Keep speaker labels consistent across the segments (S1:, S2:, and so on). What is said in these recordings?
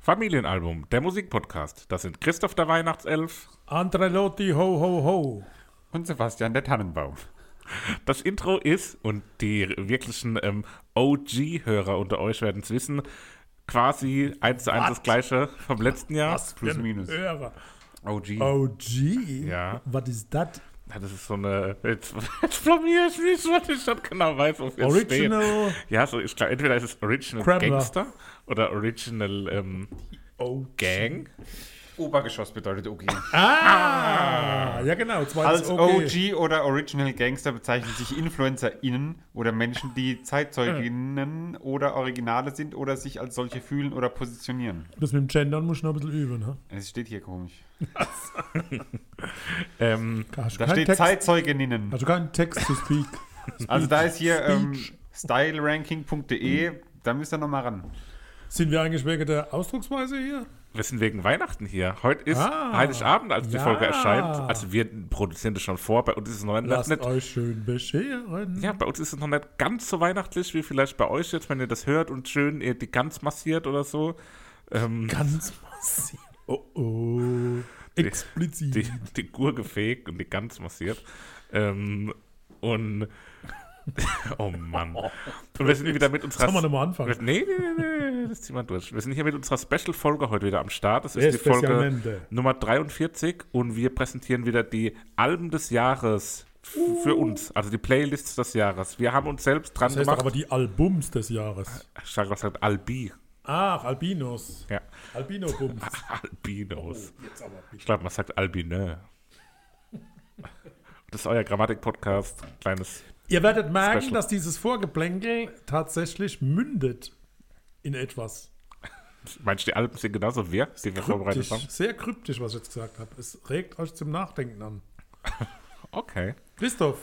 S1: Familienalbum, der Musikpodcast. Das sind Christoph der Weihnachtself.
S2: Andrelotti, ho, ho, ho.
S3: Und Sebastian der Tannenbaum.
S1: Das Intro ist, und die wirklichen ähm, OG-Hörer unter euch werden es wissen, quasi eins zu eins das gleiche vom letzten Jahr.
S3: Plus
S2: Denn
S3: minus.
S2: Hörer.
S3: OG.
S2: OG?
S1: Ja.
S2: Was ist das?
S1: Ja, das ist so eine. Jetzt, jetzt flamiere ich mich, weil ich schon genau weiß, wofür es steht.
S2: Original
S1: Ja, so ich glaube, entweder ist es Original
S2: Crabbler.
S1: Gangster oder Original ähm, Gang.
S3: Obergeschoss bedeutet OG.
S2: Ah! Ja, genau. Zweites
S3: Als
S2: okay.
S3: OG oder Original Gangster bezeichnen sich InfluencerInnen oder Menschen, die Zeitzeuginnen oder Originale sind oder sich als solche fühlen oder positionieren.
S2: Das mit dem Gendern muss ich noch ein bisschen üben. Ne?
S3: Es steht hier komisch.
S1: Ähm,
S2: Hast du
S3: Da
S2: keinen
S3: steht
S2: Text,
S3: Zeitzeuginnen.
S2: Hast du keinen Text zu speak?
S3: Also da ist hier ähm,
S2: Speech. Mhm.
S3: styleranking.de, da müsst ihr nochmal ran.
S2: Sind wir eigentlich wegen der Ausdrucksweise hier?
S1: wir sind wegen Weihnachten hier. Heute ist
S2: Ah.
S1: Heiligabend, als die
S2: Ja.
S1: Folge erscheint. Also wir produzieren das schon vor. Bei uns ist es noch
S2: Lasst
S1: nicht,
S2: euch schön bescheren.
S1: ja, bei uns ist es noch nicht ganz so weihnachtlich wie vielleicht bei euch jetzt, wenn ihr das hört und schön ihr die Gans massiert oder so. Ähm,
S2: Ganz massiv. Oh, oh. Explizit.
S1: die, die Gurke fegt und die Gans massiert. Ähm, und oh Mann. Und wir sind wieder mit unserer
S2: Sollen wir nochmal anfangen?
S1: Äh, Nee, nee, nee, nee, das ziehen wir durch. Wir sind hier mit unserer Special-Folge heute wieder am Start. Das ist
S2: Der
S1: die Folge
S2: Specialmente.
S1: Nummer 43 und wir präsentieren wieder die Alben des Jahres f- für uns, also die Playlists des Jahres. Wir haben uns selbst dran
S2: Uh. Das heißt doch
S1: gemacht.
S2: aber die Albums des Jahres.
S1: Ich habe gesagt, Albi.
S2: Ach, Albinos.
S1: Ja,
S2: Albino-Bums.
S1: Albinos.
S2: Jetzt aber
S1: Ich glaube, man sagt Albine. Das ist euer Grammatik-Podcast. Kleines
S2: Ihr werdet merken,
S1: Special.
S2: dass dieses Vorgeplänkel tatsächlich mündet in etwas.
S1: Meinst du, die Alben sind genauso wir, die wir vorbereitet
S2: Kryptisch,
S1: haben?
S2: sehr kryptisch, was ich jetzt gesagt habe. Es regt euch zum Nachdenken an.
S1: Okay.
S2: Christoph,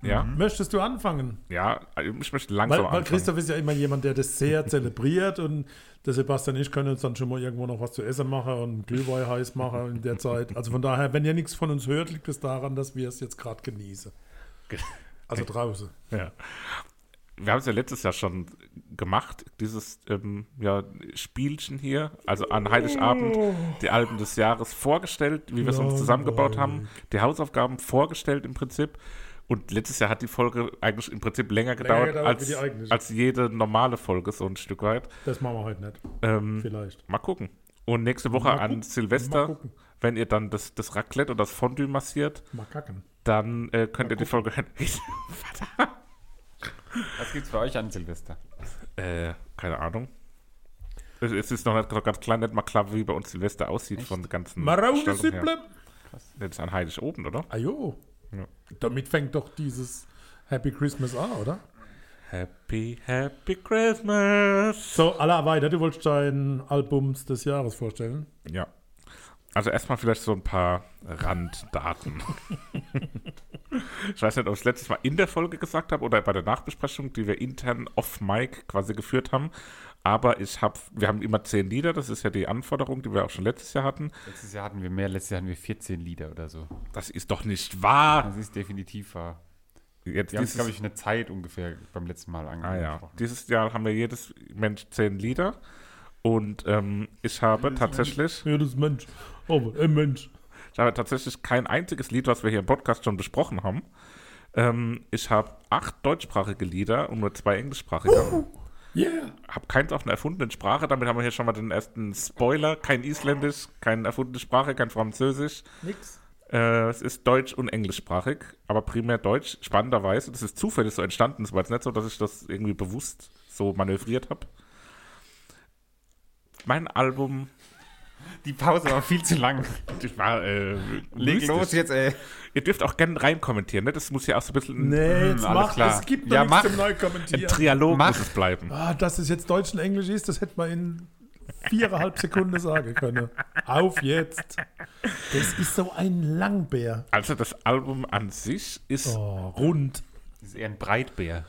S1: Ja,
S2: möchtest du anfangen?
S1: ja, ich möchte
S2: Weil,
S1: langsam
S2: weil
S1: anfangen.
S2: Mhm. Christoph ist ja immer jemand, der das sehr zelebriert und der Sebastian und ich können uns dann schon mal irgendwo noch was zu essen machen und Glühwein heiß machen in der Zeit. Also von daher, wenn ihr nichts von uns hört, liegt es daran, dass wir es jetzt gerade genießen. Also draußen.
S1: Ja. Wir haben es ja letztes Jahr schon gemacht, dieses ähm, ja, Spielchen hier, also an Heiligabend
S2: Oh.
S1: die Alben des Jahres vorgestellt, wie wir es uns zusammengebaut haben, die Hausaufgaben vorgestellt im Prinzip. Und letztes Jahr hat die Folge eigentlich im Prinzip länger gedauert,
S2: gedauert wie die
S1: als,
S2: eigentliche.
S1: als jede normale Folge, so ein Stück weit. Ähm,
S2: Das machen wir heute nicht. Vielleicht.
S1: Mal gucken. Und nächste Woche
S2: Mal
S1: an
S2: gucken. Mal
S1: Silvester,
S2: gucken.
S1: wenn ihr dann das, das Raclette oder das Fondue massiert,
S2: Mal kacken.
S1: dann äh, könnt ihr die Folge hören.
S3: Was gibt's für euch an Silvester?
S1: Äh, keine Ahnung. Es, es ist noch nicht noch ganz klar, nicht mal klar, wie bei uns Silvester aussieht von den ganzen.
S2: Marone
S1: Gestaltung her.
S2: Simple.
S1: Jetzt an Heilig oben, oder?
S2: Ajo.
S1: Ja.
S2: Damit fängt doch dieses Happy Christmas an, oder?
S1: Happy, happy Christmas!
S2: So, aller weiter, du wolltest dein Albums des Jahres vorstellen.
S1: Ja. Also erstmal vielleicht so ein paar Randdaten. ich weiß nicht, ob ich es letztes Mal in der Folge gesagt habe oder bei der Nachbesprechung, die wir intern off-Mic quasi geführt haben. Aber ich habe, wir haben immer zehn Lieder, das ist ja die Anforderung, die wir auch schon letztes Jahr hatten.
S3: Letztes Jahr hatten wir mehr, letztes Jahr hatten wir 14 Lieder oder so.
S1: Das ist doch nicht wahr!
S3: Das ist definitiv wahr.
S1: Jetzt
S3: Wir haben,
S1: dieses-
S3: glaube ich, eine Zeit ungefähr beim letzten Mal
S1: Ah ja.
S3: angesprochen.
S1: Dieses Jahr haben wir jedes Mensch zehn Lieder. Und ähm, ich habe tatsächlich,
S2: Ja, das ist Mensch. Oh, ey Mensch.
S1: ich habe tatsächlich kein einziges Lied, was wir hier im Podcast schon besprochen haben. Ähm, ich habe acht deutschsprachige Lieder und nur zwei englischsprachige.
S2: Yeah.
S1: Habe keins auf einer erfundenen Sprache. Damit haben wir hier schon mal den ersten Spoiler. Kein Isländisch, keine erfundene Sprache, kein Französisch.
S2: Nix.
S1: Äh, es ist deutsch- und englischsprachig, aber primär deutsch. Spannenderweise, das ist zufällig so entstanden. Es war jetzt nicht so, dass ich das irgendwie bewusst so manövriert habe. Mein Album,
S3: Die Pause war viel zu lang.
S1: das war. Äh,
S3: Leg
S1: mystisch.
S3: los jetzt, ey.
S1: Ihr dürft auch gerne reinkommentieren, ne? Das muss ja auch so ein bisschen ein,
S2: Nee, jetzt
S3: alles
S2: mach,
S3: klar.
S2: es gibt doch
S3: Ja,
S2: nichts
S3: mach.
S2: zum
S1: ein
S2: Neukommentieren.
S1: Trialog
S3: Mach.
S1: muss es bleiben.
S2: Ah, dass es jetzt Deutsch und Englisch ist, das hätte man in viereinhalb Sekunden sagen können. Auf jetzt. Das ist so ein Langbär.
S1: Also, das Album an sich ist
S2: Oh, rund.
S3: Das ist eher ein Breitbär.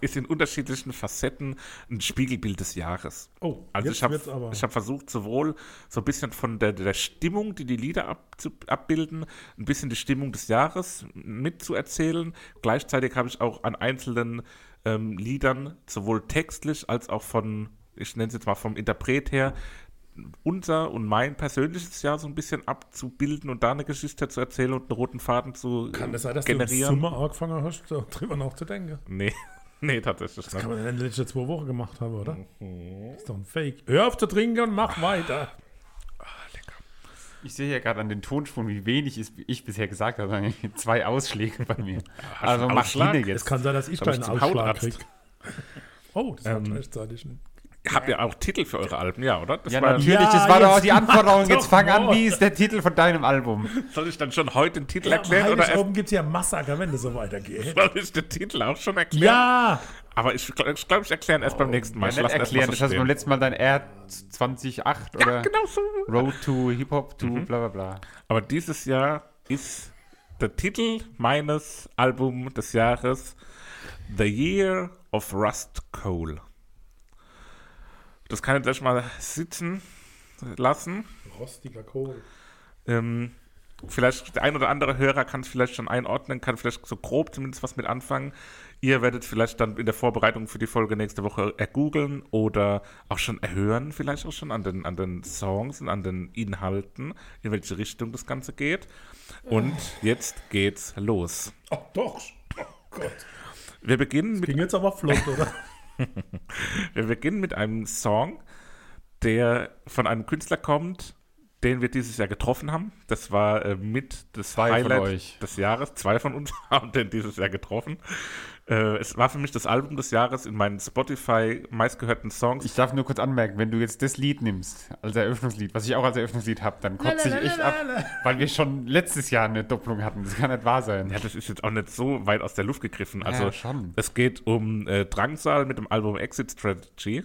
S1: ist in unterschiedlichen Facetten ein Spiegelbild des Jahres.
S2: Oh,
S1: also
S2: jetzt
S1: ich habe
S2: wird's aber.
S1: hab versucht, sowohl so ein bisschen von der, der Stimmung, die die Lieder abzu, abbilden, ein bisschen die Stimmung des Jahres mitzuerzählen. Gleichzeitig habe ich auch an einzelnen ähm, Liedern sowohl textlich als auch von, ich nenne es jetzt mal vom Interpret her, unser und mein persönliches Jahr so ein bisschen abzubilden und da eine Geschichte zu erzählen und einen roten Faden zu
S2: Kann das sein,
S1: äh,
S2: dass du
S1: generieren.
S2: im Sommer angefangen hast, darüber nachzudenken?
S1: nee, nee, tatsächlich
S2: Das
S1: nicht.
S2: kann man in den letzten zwei Wochen gemacht haben, oder? Ist doch ein Fake. Hör auf zu trinken und mach weiter.
S3: Ich sehe ja gerade an den Tonspuren, wie wenig ist, ich bisher gesagt habe. Zwei Ausschläge bei mir. Also mach
S1: Ausschlag?
S3: Linie
S2: Es
S3: jetzt.
S2: kann sein, dass ich
S1: Soll ich
S2: keinen
S1: zum
S2: Ausschlag
S1: Hautarzt?
S2: krieg. Oh, das war gleichzeitig. ein-
S1: Habt ihr auch Titel für eure Alben? Ja, oder? Das
S3: Ja,
S1: war-
S3: natürlich,
S2: Ja,
S3: das war
S2: jetzt
S3: doch auch die
S2: mach
S3: Anforderung.
S2: doch
S3: Jetzt fang an,
S2: mal.
S3: wie ist der Titel von deinem Album?
S1: Soll ich dann schon heute den Titel
S2: Ja,
S1: erklären oder erst,
S2: oben gibt es ja Massaker, wenn das so weitergeht.
S1: soll ich den Titel auch schon erklären?
S2: Ja!
S1: Aber ich glaube, ich, glaub, ich erkläre ihn erst beim nächsten Mal.
S3: Oh, Ja,
S1: Ich lass
S3: nicht
S1: ihn erst mal
S3: erklären,
S1: so
S3: das hast du
S1: stehen.
S3: beim letzten Mal dein R208 oder
S1: Genau so.
S3: Road to Hip-Hop to bla bla bla.
S1: Aber dieses Jahr ist der Titel meines Albums des Jahres The Year of Rust Coal. Das kann ich gleich mal sitzen lassen.
S2: Rostiger Kohl.
S1: Ähm, vielleicht der ein oder andere Hörer kann es vielleicht schon einordnen, kann vielleicht so grob zumindest was mit anfangen. Ihr werdet vielleicht dann in der Vorbereitung für die Folge nächste Woche ergoogeln oder auch schon erhören, vielleicht auch schon an den, an den Songs und an den Inhalten, in welche Richtung das Ganze geht. Und jetzt geht's los.
S2: Ach doch. Oh Gott.
S1: Wir beginnen mit
S2: Ging jetzt aber flott, oder?
S1: Wir beginnen mit einem Song, der von einem Künstler kommt, den wir dieses Jahr getroffen haben. Das war äh, mit das
S3: Zwei von
S1: Highlight
S3: euch.
S1: des Jahres. Zwei von uns haben den dieses Jahr getroffen. Äh, es war für mich das Album des Jahres in meinen Spotify meistgehörten Songs.
S3: Ich darf nur kurz anmerken, wenn du jetzt das Lied nimmst, als Eröffnungslied, was ich auch als Eröffnungslied habe, dann kotze ich echt ab, weil wir schon letztes Jahr eine Doppelung hatten. Das kann nicht wahr sein.
S1: ja, das ist jetzt auch nicht so weit aus der Luft gegriffen. Also
S3: Ja, schon.
S1: es geht um äh, Drangsal mit dem Album Exit Strategy.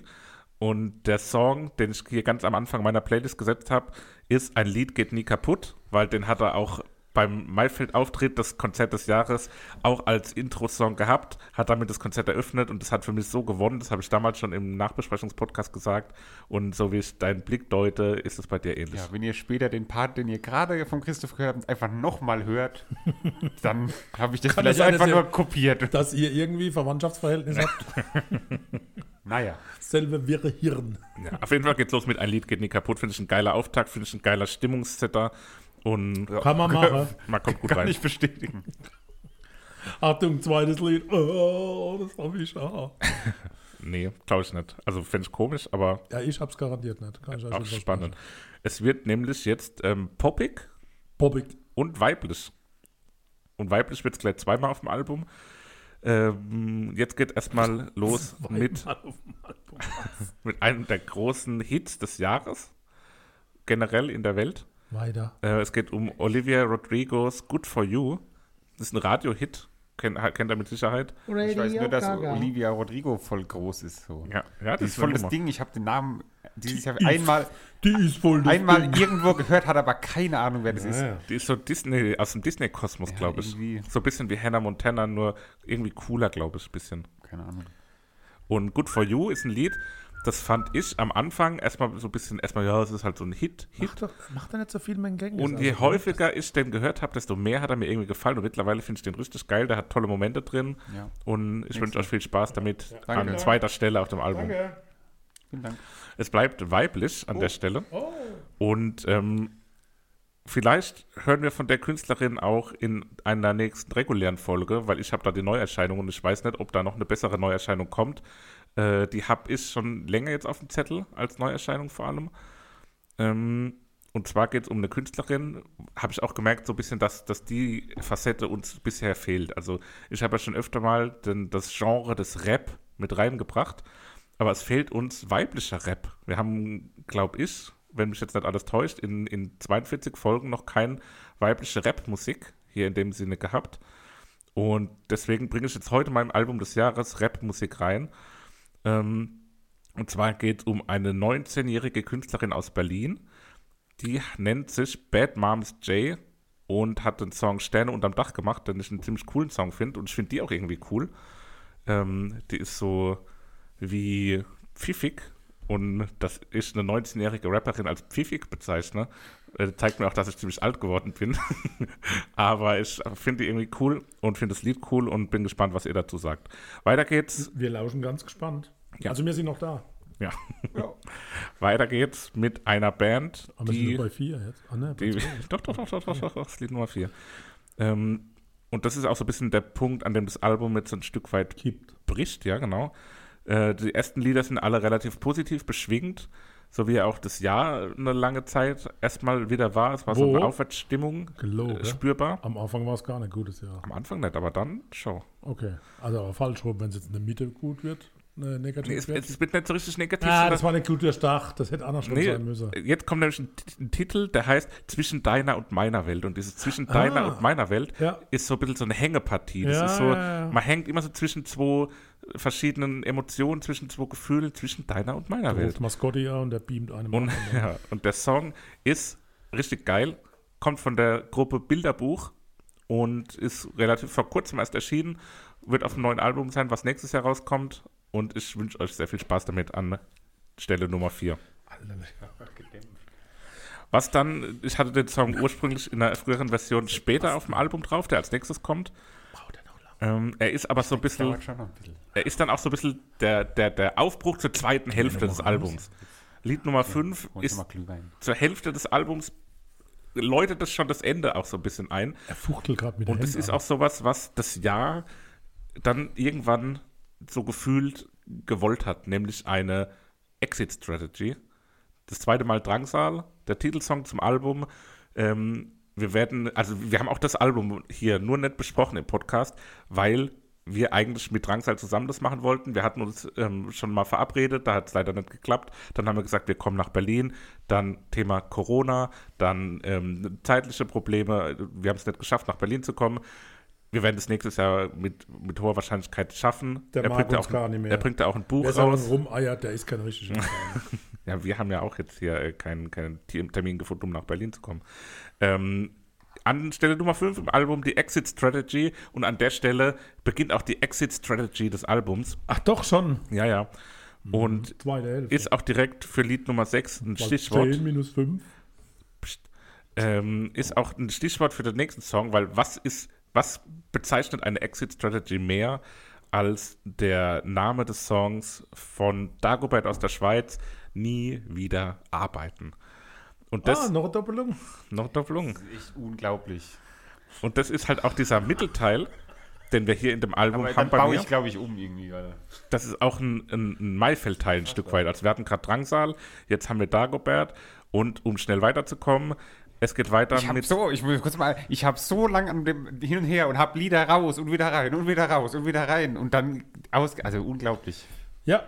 S1: Und der Song, den ich hier ganz am Anfang meiner Playlist gesetzt habe, ist Ein Lied geht nie kaputt, weil den hat er auch beim Maifeld-Auftritt, das Konzert des Jahres, auch als Intro-Song gehabt, hat damit das Konzert eröffnet und das hat für mich so gewonnen, das habe ich damals schon im Nachbesprechungspodcast gesagt und so wie ich deinen Blick deute, ist es bei dir ähnlich.
S3: Ja, wenn ihr später den Part, den ihr gerade von Christoph gehört habt, einfach nochmal hört, dann habe ich das
S2: Kann das
S3: vielleicht
S2: sein,
S3: einfach
S2: dass
S3: nur
S2: ihr-
S3: kopiert.
S2: Dass ihr irgendwie Verwandtschaftsverhältnis habt,
S3: Naja,
S2: selbe wirre Hirn.
S1: Ja, auf jeden Fall geht's los mit Ein Lied geht nie kaputt, finde ich ein geiler Auftakt, finde ich ein geiler Stimmungssetter und
S2: Kann man machen.
S1: man kommt gut
S3: kann
S1: rein.
S3: ich bestätigen.
S2: Achtung, zweites Lied. Oh, das hab ich auch.
S1: Nee, glaube ich nicht. Also finde ich komisch, aber
S2: Ja, ich hab's garantiert nicht. Kann ich euch
S1: auch
S2: nicht
S1: spannend. Es wird nämlich jetzt ähm, poppig
S2: versprechen. Bobbig.
S1: und weiblich. Und weiblich wird es gleich zweimal auf dem Album. Ähm, jetzt geht erstmal los mit,
S2: Mal auf dem Album.
S1: mit einem der großen Hits des Jahres, generell in der Welt.
S2: Weiter.
S1: Äh, es geht um Olivia Rodrigos Good For You. Das ist ein Radio-Hit, kennt, kennt er mit Sicherheit.
S3: Ich weiß nur, dass Olivia Rodrigo voll groß ist. So.
S1: Ja, ja
S3: Das ist
S1: eine
S3: voll das
S1: Nummer.
S3: Ding. Ich habe den Namen dieses Jahr
S2: Die ist-
S3: einmal,
S2: Die ist voll das
S3: einmal
S2: Ding.
S3: irgendwo gehört, hat aber keine Ahnung, wer das ist.
S2: Ja, ja.
S1: Die ist so Disney, aus dem Disney-Kosmos, glaube ich.
S3: irgendwie.
S1: So ein bisschen wie Hannah Montana, nur irgendwie cooler, glaube ich, ein bisschen.
S3: Keine Ahnung.
S1: Und Good For You ist ein Lied, das fand ich am Anfang erstmal so ein bisschen, erstmal, ja, es ist halt so ein Hit, Hit.
S2: Mach doch, mach doch nicht so viel mein Gang.
S1: Und je häufiger ich den gehört habe, desto mehr hat er mir irgendwie gefallen. Und mittlerweile finde ich den richtig geil. Der hat tolle Momente drin.
S3: Ja.
S1: Und ich wünsche euch viel Spaß damit
S3: Danke.
S1: an zweiter Stelle auf dem Album.
S3: Vielen Dank.
S1: Es bleibt weiblich an der Stelle. Und ähm, vielleicht hören wir von der Künstlerin auch in einer nächsten regulären Folge, weil ich habe da die Neuerscheinung und ich weiß nicht, ob da noch eine bessere Neuerscheinung kommt. Äh, die habe ich schon länger jetzt auf dem Zettel als Neuerscheinung vor allem. Ähm, und zwar geht es um eine Künstlerin, habe ich auch gemerkt, so ein bisschen, dass, dass die Facette uns bisher fehlt. Also ich habe ja schon öfter mal den, das Genre des Rap mit reingebracht, aber es fehlt uns weiblicher Rap. Wir haben, glaube ich, wenn mich jetzt nicht alles täuscht, in, in 42 Folgen noch keine weibliche Rap-Musik hier in dem Sinne gehabt. Und deswegen bringe ich jetzt heute mein Album des Jahres Rap-Musik rein. Ähm, und zwar geht es um eine 19-jährige Künstlerin aus Berlin. Die nennt sich Bad Moms J und hat den Song Sterne unterm Dach gemacht, den ich einen ziemlich coolen Song finde. Und ich finde die auch irgendwie cool. Ähm, die ist so wie pfiffig. Und dass ich eine 19-jährige Rapperin als pfiffig bezeichne, äh, zeigt mir auch, dass ich ziemlich alt geworden bin. Aber ich finde die irgendwie cool und finde das Lied cool und bin gespannt, was ihr dazu sagt. Weiter geht's
S2: Wir lauschen ganz gespannt.
S1: Ja.
S2: Also wir sind noch da.
S1: Ja. Weiter geht's mit einer Band,
S2: Aber Oh, wir sind
S1: die,
S2: nur bei vier jetzt. Ah, ne, bei
S1: die
S2: zwei.
S1: doch, doch, doch, doch, doch, doch, doch, es liegt Nummer 4. Ähm, und das ist auch so ein bisschen der Punkt, an dem das Album jetzt so ein Stück weit
S2: kippt.
S1: bricht, ja, genau. Äh, die ersten Lieder sind alle relativ positiv beschwingt, so wie ja auch das Jahr eine lange Zeit erstmal wieder war. Es war so
S2: Wo? Genau,
S1: eine Aufwärtsstimmung
S2: Gelogen.
S1: äh, spürbar.
S2: Am Anfang war es gar nicht gutes Jahr.
S1: Am Anfang nicht, aber dann schon.
S2: Okay. Also aber falsch rum, wenn es jetzt in der Mitte gut wird. Ne, negativ
S1: Nee, es,
S2: wird.
S1: es wird nicht so richtig negativ.
S2: ah,
S1: sondern-
S2: das war nicht gut durchdacht. Das hätte anders schon sein müssen.
S1: Nee, jetzt kommt nämlich ein, T- ein Titel, der heißt Zwischen deiner und meiner Welt. Und dieses Zwischen deiner
S2: Ah.
S1: und meiner Welt
S2: Ja.
S1: ist so ein bisschen so eine Hängepartie. Das
S2: Ja,
S1: ist so,
S2: ja, ja.
S1: man hängt immer so zwischen zwei verschiedenen Emotionen, zwischen zwei Gefühlen, zwischen deiner und meiner
S2: Da
S1: Welt.
S2: ruft Mascotti an und der beamt einem.
S1: Und, ja, und der Song ist richtig geil, kommt von der Gruppe Bilderbuch und ist relativ vor kurzem erst erschienen, wird auf dem neuen Album sein, was nächstes Jahr rauskommt. Und ich wünsche euch sehr viel Spaß damit an Stelle Nummer 4. Was dann, ich hatte den Song ursprünglich in einer früheren Version später auf dem Album drauf, der als nächstes kommt. Ähm, er ist aber so ein bisschen
S3: Dauert schon noch ein bisschen.
S1: er ist dann auch so ein bisschen der, der, der Aufbruch zur zweiten Hälfte des Albums. Lied Nummer 5
S3: Hol dir
S1: ist
S3: mal Glühwein.
S1: zur Hälfte des Albums, läutet das schon das Ende auch so ein bisschen ein.
S2: Er fuchtelt gerade mit
S1: Und
S2: das
S1: es ist auch sowas, was das Jahr dann irgendwann so gefühlt gewollt hat, nämlich eine Exit Strategy. Das zweite Mal Drangsal, der Titelsong zum Album. Ähm, wir werden, also wir haben auch das Album hier nur nicht besprochen im Podcast, weil wir eigentlich mit Drangsal zusammen das machen wollten. Wir hatten uns ähm, schon mal verabredet, da hat es leider nicht geklappt. Dann haben wir gesagt, wir kommen nach Berlin. Dann Thema Corona, dann ähm, zeitliche Probleme. Wir haben es nicht geschafft, nach Berlin zu kommen. Wir werden es nächstes Jahr mit, mit hoher Wahrscheinlichkeit schaffen.
S2: Der mag
S1: bringt ja
S2: uns
S1: auch,
S2: gar nicht mehr.
S1: Er bringt ja auch ein Buch
S2: Wer
S1: raus.
S2: sauer rumeiert, der ist kein richtiger.
S1: Ja, wir haben ja auch jetzt hier äh, keinen, keinen T- Termin gefunden, um nach Berlin zu kommen. Ähm, an Stelle Nummer 5 im Album die Exit Strategy und an der Stelle beginnt auch die Exit Strategy des Albums.
S2: Ach doch schon.
S1: Ja, ja. Und
S2: Zweite Hälfte.
S1: ist auch direkt für Lied Nummer 6 ein
S2: Weil
S1: Stichwort.
S2: 10 minus 5.
S1: Ähm, ist auch ein Stichwort für den nächsten Song, weil was ist, was bezeichnet eine Exit Strategy mehr als der Name des Songs von Dagobert aus der Schweiz, nie wieder arbeiten. Und das,
S2: ah, noch eine Doppelung.
S1: Noch Doppelung.
S3: Das ist echt unglaublich.
S1: Und das ist halt auch dieser Mittelteil, den wir hier in dem Album
S3: Aber dann
S1: haben bei
S3: baue
S1: mir.
S3: ich, glaube ich, um irgendwie. Alter.
S1: das ist auch ein, ein, ein Maifeld-Teil ein Stück weit. Also wir hatten gerade Drangsal, jetzt haben wir Dagobert und um schnell weiterzukommen, es geht weiter
S3: Ich habe
S1: mit
S3: so, ich muss kurz mal, ich habe so lang an dem hin und her und habe Lieder raus und wieder rein und wieder raus und wieder rein und dann aus, also unglaublich.
S2: Ja.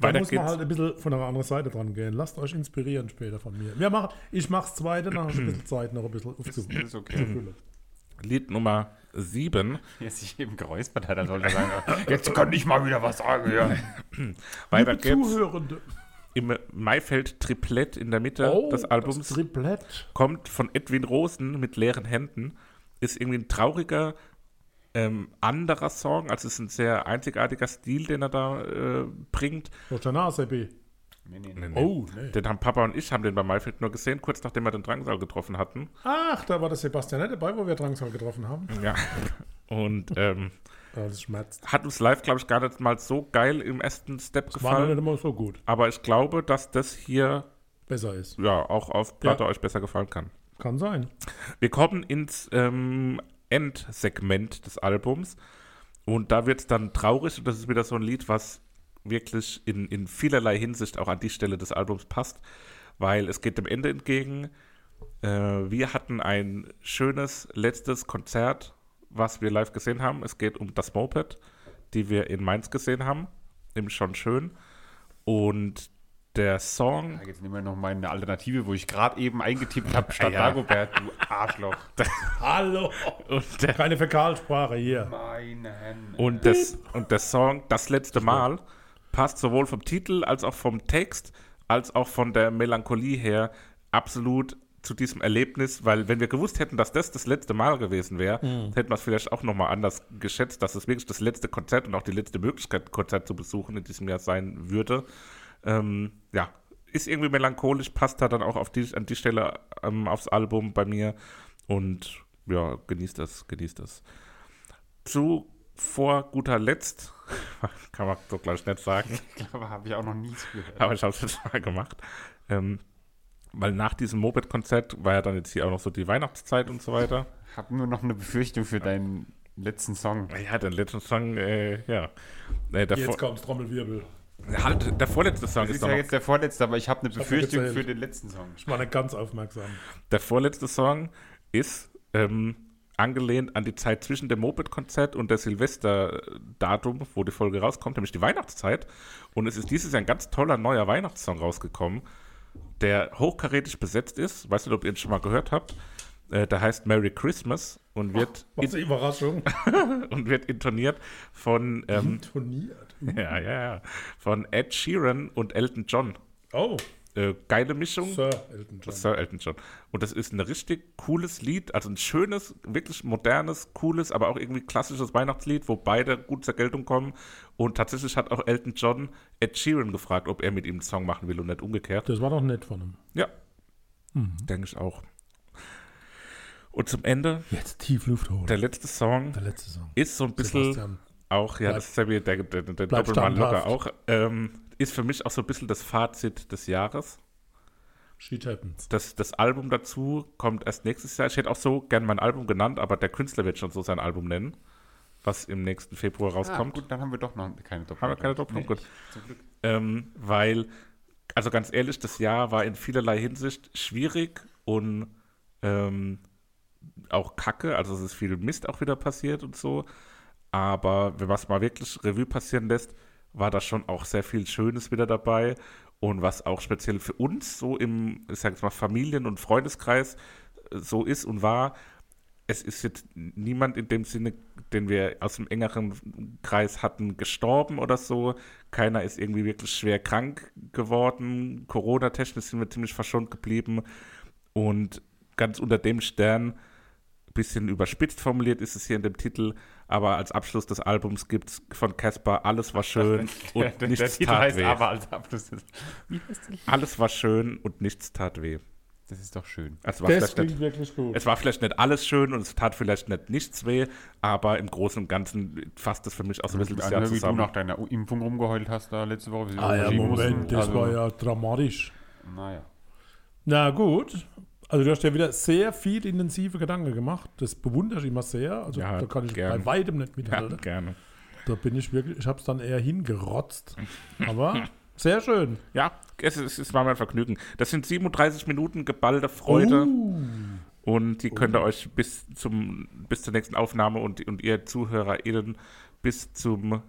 S2: Da
S1: weiter
S2: muss man
S1: geht's.
S2: halt ein bisschen von einer anderen Seite dran gehen. Lasst euch inspirieren später von mir. Ja, mach, ich mach's zweite, dann hab ich ein bisschen Zeit, noch ein bisschen aufzufüllen.
S3: ist okay. halt
S1: Lied Nummer 7.
S3: Jetzt sich eben geräuspert hat, er sollte sagen, jetzt kann ich mal wieder was sagen. Ja.
S1: Weiter geht's
S2: Zuhörende. Oh,
S1: im Maifeld-Triplett in der Mitte
S3: Oh,
S1: des Albums.
S2: Das Triplett.
S1: kommt von Edwin Rosen mit leeren Händen. Ist irgendwie ein trauriger, ähm, anderer Song. Also es ist ein sehr einzigartiger Stil, den er da äh, bringt.
S2: Durch der Nase, B.
S3: Nee, nee, nee.
S2: Oh, nee.
S1: Den haben Papa und ich haben den bei Maifeld nur gesehen, kurz nachdem wir den Drangsal getroffen hatten.
S2: Ach, da war der Sebastian nicht dabei, wo wir Drangsal getroffen haben.
S1: Ja. Und ähm,
S2: Ah, das schmerzt.
S1: hat uns live, glaube ich, gar nicht mal so geil im ersten Step
S2: War noch nicht
S1: gefallen.
S2: immer so gut.
S1: Aber ich glaube, dass das hier
S2: Besser ist.
S1: ja auch auf Platte euch besser gefallen kann.
S2: Kann sein.
S1: Wir kommen ins ähm, Endsegment des Albums und da wird es dann traurig und das ist wieder so ein Lied, was wirklich in, in vielerlei Hinsicht auch an die Stelle des Albums passt, weil es geht dem Ende entgegen. Äh, wir hatten ein schönes letztes Konzert, was wir live gesehen haben. Es geht um das Moped, die wir in Mainz gesehen haben, im Schon Schön. Und der Song
S3: Ah, Jetzt nehmen wir noch meine Alternative, wo ich gerade eben eingetippt habe, statt
S1: Ja.
S3: Dagobert, du Arschloch.
S2: Hallo.
S1: und der
S2: Keine Fäkalsprache hier.
S3: Meine Hände.
S1: Und, das, und der Song Das letzte Mal passt sowohl vom Titel als auch vom Text als auch von der Melancholie her absolut zu diesem Erlebnis, weil wenn wir gewusst hätten, dass das das letzte Mal gewesen wäre, hätten wir es vielleicht auch nochmal anders geschätzt, dass es wirklich das letzte Konzert und auch die letzte Möglichkeit, ein Konzert zu besuchen in diesem Jahr sein würde. Ähm, ja, ist irgendwie melancholisch, passt da dann auch auf die, an die Stelle ähm, aufs Album bei mir und ja, genießt das, genießt das zu vor guter Letzt, kann man so gleich nicht sagen,
S3: Ich glaube, habe ich auch noch nie so gehört.
S1: aber ich habe es jetzt mal gemacht, ähm, weil nach diesem Moped-Konzert war ja dann jetzt hier auch noch so die Weihnachtszeit und so weiter.
S3: Ich habe nur noch eine Befürchtung für deinen letzten Song.
S1: Ja, den letzten Song, äh, ja. Äh, der,
S2: Jetzt
S1: vor,
S2: kommt's Trommelwirbel.
S1: halt, der vorletzte Song
S3: Das
S1: ist
S3: ist
S1: doch
S3: ja
S1: noch
S3: jetzt der vorletzte, aber ich habe eine
S2: hab mir
S3: Befürchtung
S2: gezählt.
S3: für den letzten Song.
S2: Ich war nicht ganz aufmerksam.
S1: Der vorletzte Song ist ähm, angelehnt an die Zeit zwischen dem Moped-Konzert und der Silvester-Datum, wo die Folge rauskommt, nämlich die Weihnachtszeit. Und es ist dieses Jahr ein ganz toller neuer Weihnachtssong rausgekommen, der hochkarätig besetzt ist. Weiß nicht, ob ihr ihn schon mal gehört habt. Äh, der heißt Merry Christmas und wird,
S2: Was eine Überraschung.
S1: und wird intoniert von, ähm,
S2: Intoniert.
S1: ja, ja, ja, von Ed Sheeran und Elton John.
S2: Oh,
S1: Äh, geile Mischung.
S2: Sir Elton John.
S1: Sir Elton John. Und das ist ein richtig cooles Lied, also ein schönes, wirklich modernes, cooles, aber auch irgendwie klassisches Weihnachtslied, wo beide gut zur Geltung kommen. Und tatsächlich hat auch Elton John Ed Sheeran gefragt, ob er mit ihm einen Song machen will und nicht umgekehrt.
S2: Das war doch nett von ihm.
S1: Ja,
S2: Mhm.
S1: denke ich auch. Und zum Ende,
S2: Jetzt Tiefluft holen.
S1: der letzte Song
S2: Der letzte Song.
S1: ist so ein bisschen
S2: Sebastian.
S1: auch, ja,
S2: Bleib-
S1: das ist ja wieder der, der, der
S2: bleib
S1: Doppelmann locker
S2: standhaft.
S1: auch, ähm, ist für mich auch so ein bisschen das Fazit des Jahres.
S2: Shit happens.
S1: Das, das Album dazu kommt erst nächstes Jahr. Ich hätte auch so gern mein Album genannt, aber der Künstler wird schon so sein Album nennen, was im nächsten Februar
S3: Ah,
S1: rauskommt.
S3: gut, dann haben wir doch noch keine Doppelung.
S1: Haben wir keine Doppelung? Gut.
S3: Zum Glück.
S1: ähm, weil, also ganz ehrlich, das Jahr war in vielerlei Hinsicht schwierig und ähm, auch kacke. Also es ist viel Mist auch wieder passiert und so. Aber wenn man es mal wirklich Revue passieren lässt, war da schon auch sehr viel Schönes wieder dabei. Und was auch speziell für uns so im, ich sag jetzt mal, Familien- und Freundeskreis äh, so ist und war, es ist jetzt niemand in dem Sinne, den wir aus dem engeren Kreis hatten, gestorben oder so. Keiner ist irgendwie wirklich schwer krank geworden. Corona-technisch sind wir ziemlich verschont geblieben. Und ganz unter dem Stern, bisschen überspitzt formuliert ist es hier in dem Titel, aber als Abschluss des Albums gibt es von Caspar Alles war schön
S3: Der,
S1: und
S3: der, der
S1: nichts
S3: Titel heißt
S1: tat weh.
S3: aber als Abschluss. ist-
S1: Alles war schön und nichts tat weh.
S3: Das ist doch schön.
S1: Also war vielleicht nicht,
S2: wirklich gut.
S1: es war vielleicht nicht alles schön und es tat vielleicht nicht nichts weh, aber im Großen und Ganzen fasst es für mich auch so ein bisschen das Jahr
S3: Anhör, wie du
S1: zusammen.
S3: nach deiner Impfung rumgeheult hast da letzte Woche. wie sie
S2: Ah ja,
S3: verschieben
S2: Moment,
S3: mussten.
S2: das
S3: Also,
S2: war ja dramatisch.
S3: Naja.
S2: Na gut. Also du hast ja wieder sehr viel intensive Gedanken gemacht. Das bewundere ich immer sehr. Also
S1: Ja,
S2: da kann ich
S1: gern.
S2: bei weitem nicht
S1: Ja,
S2: mithalten.
S1: gerne.
S2: Da bin ich wirklich, ich habe es dann eher hingerotzt. Aber sehr schön.
S1: Ja, es, ist- es war mein Vergnügen. Das sind 37 Minuten geballte Freude.
S3: Oh.
S1: Und die könnt ihr euch bis, zum, bis zur nächsten Aufnahme und, und ihr ZuhörerInnen bis zum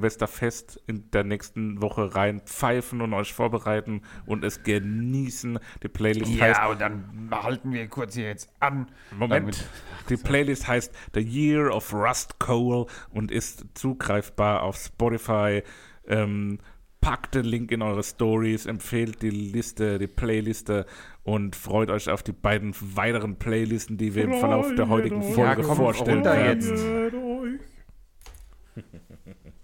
S1: Silvesterfest in der nächsten Woche rein pfeifen und euch vorbereiten und es genießen. Die Playlist heißt,
S3: Ja, und dann halten wir kurz hier jetzt an.
S1: Moment, die Playlist heißt The Year of Rust Coal und ist zugreifbar auf Spotify. Ähm, packt den Link in eure Stories, empfehlt die Liste, die Playliste und freut euch auf die beiden weiteren Playlisten, die wir im Verlauf der heutigen
S2: Ja,
S1: Folge
S3: komm,
S1: vorstellen
S3: runter
S1: werden.
S3: jetzt.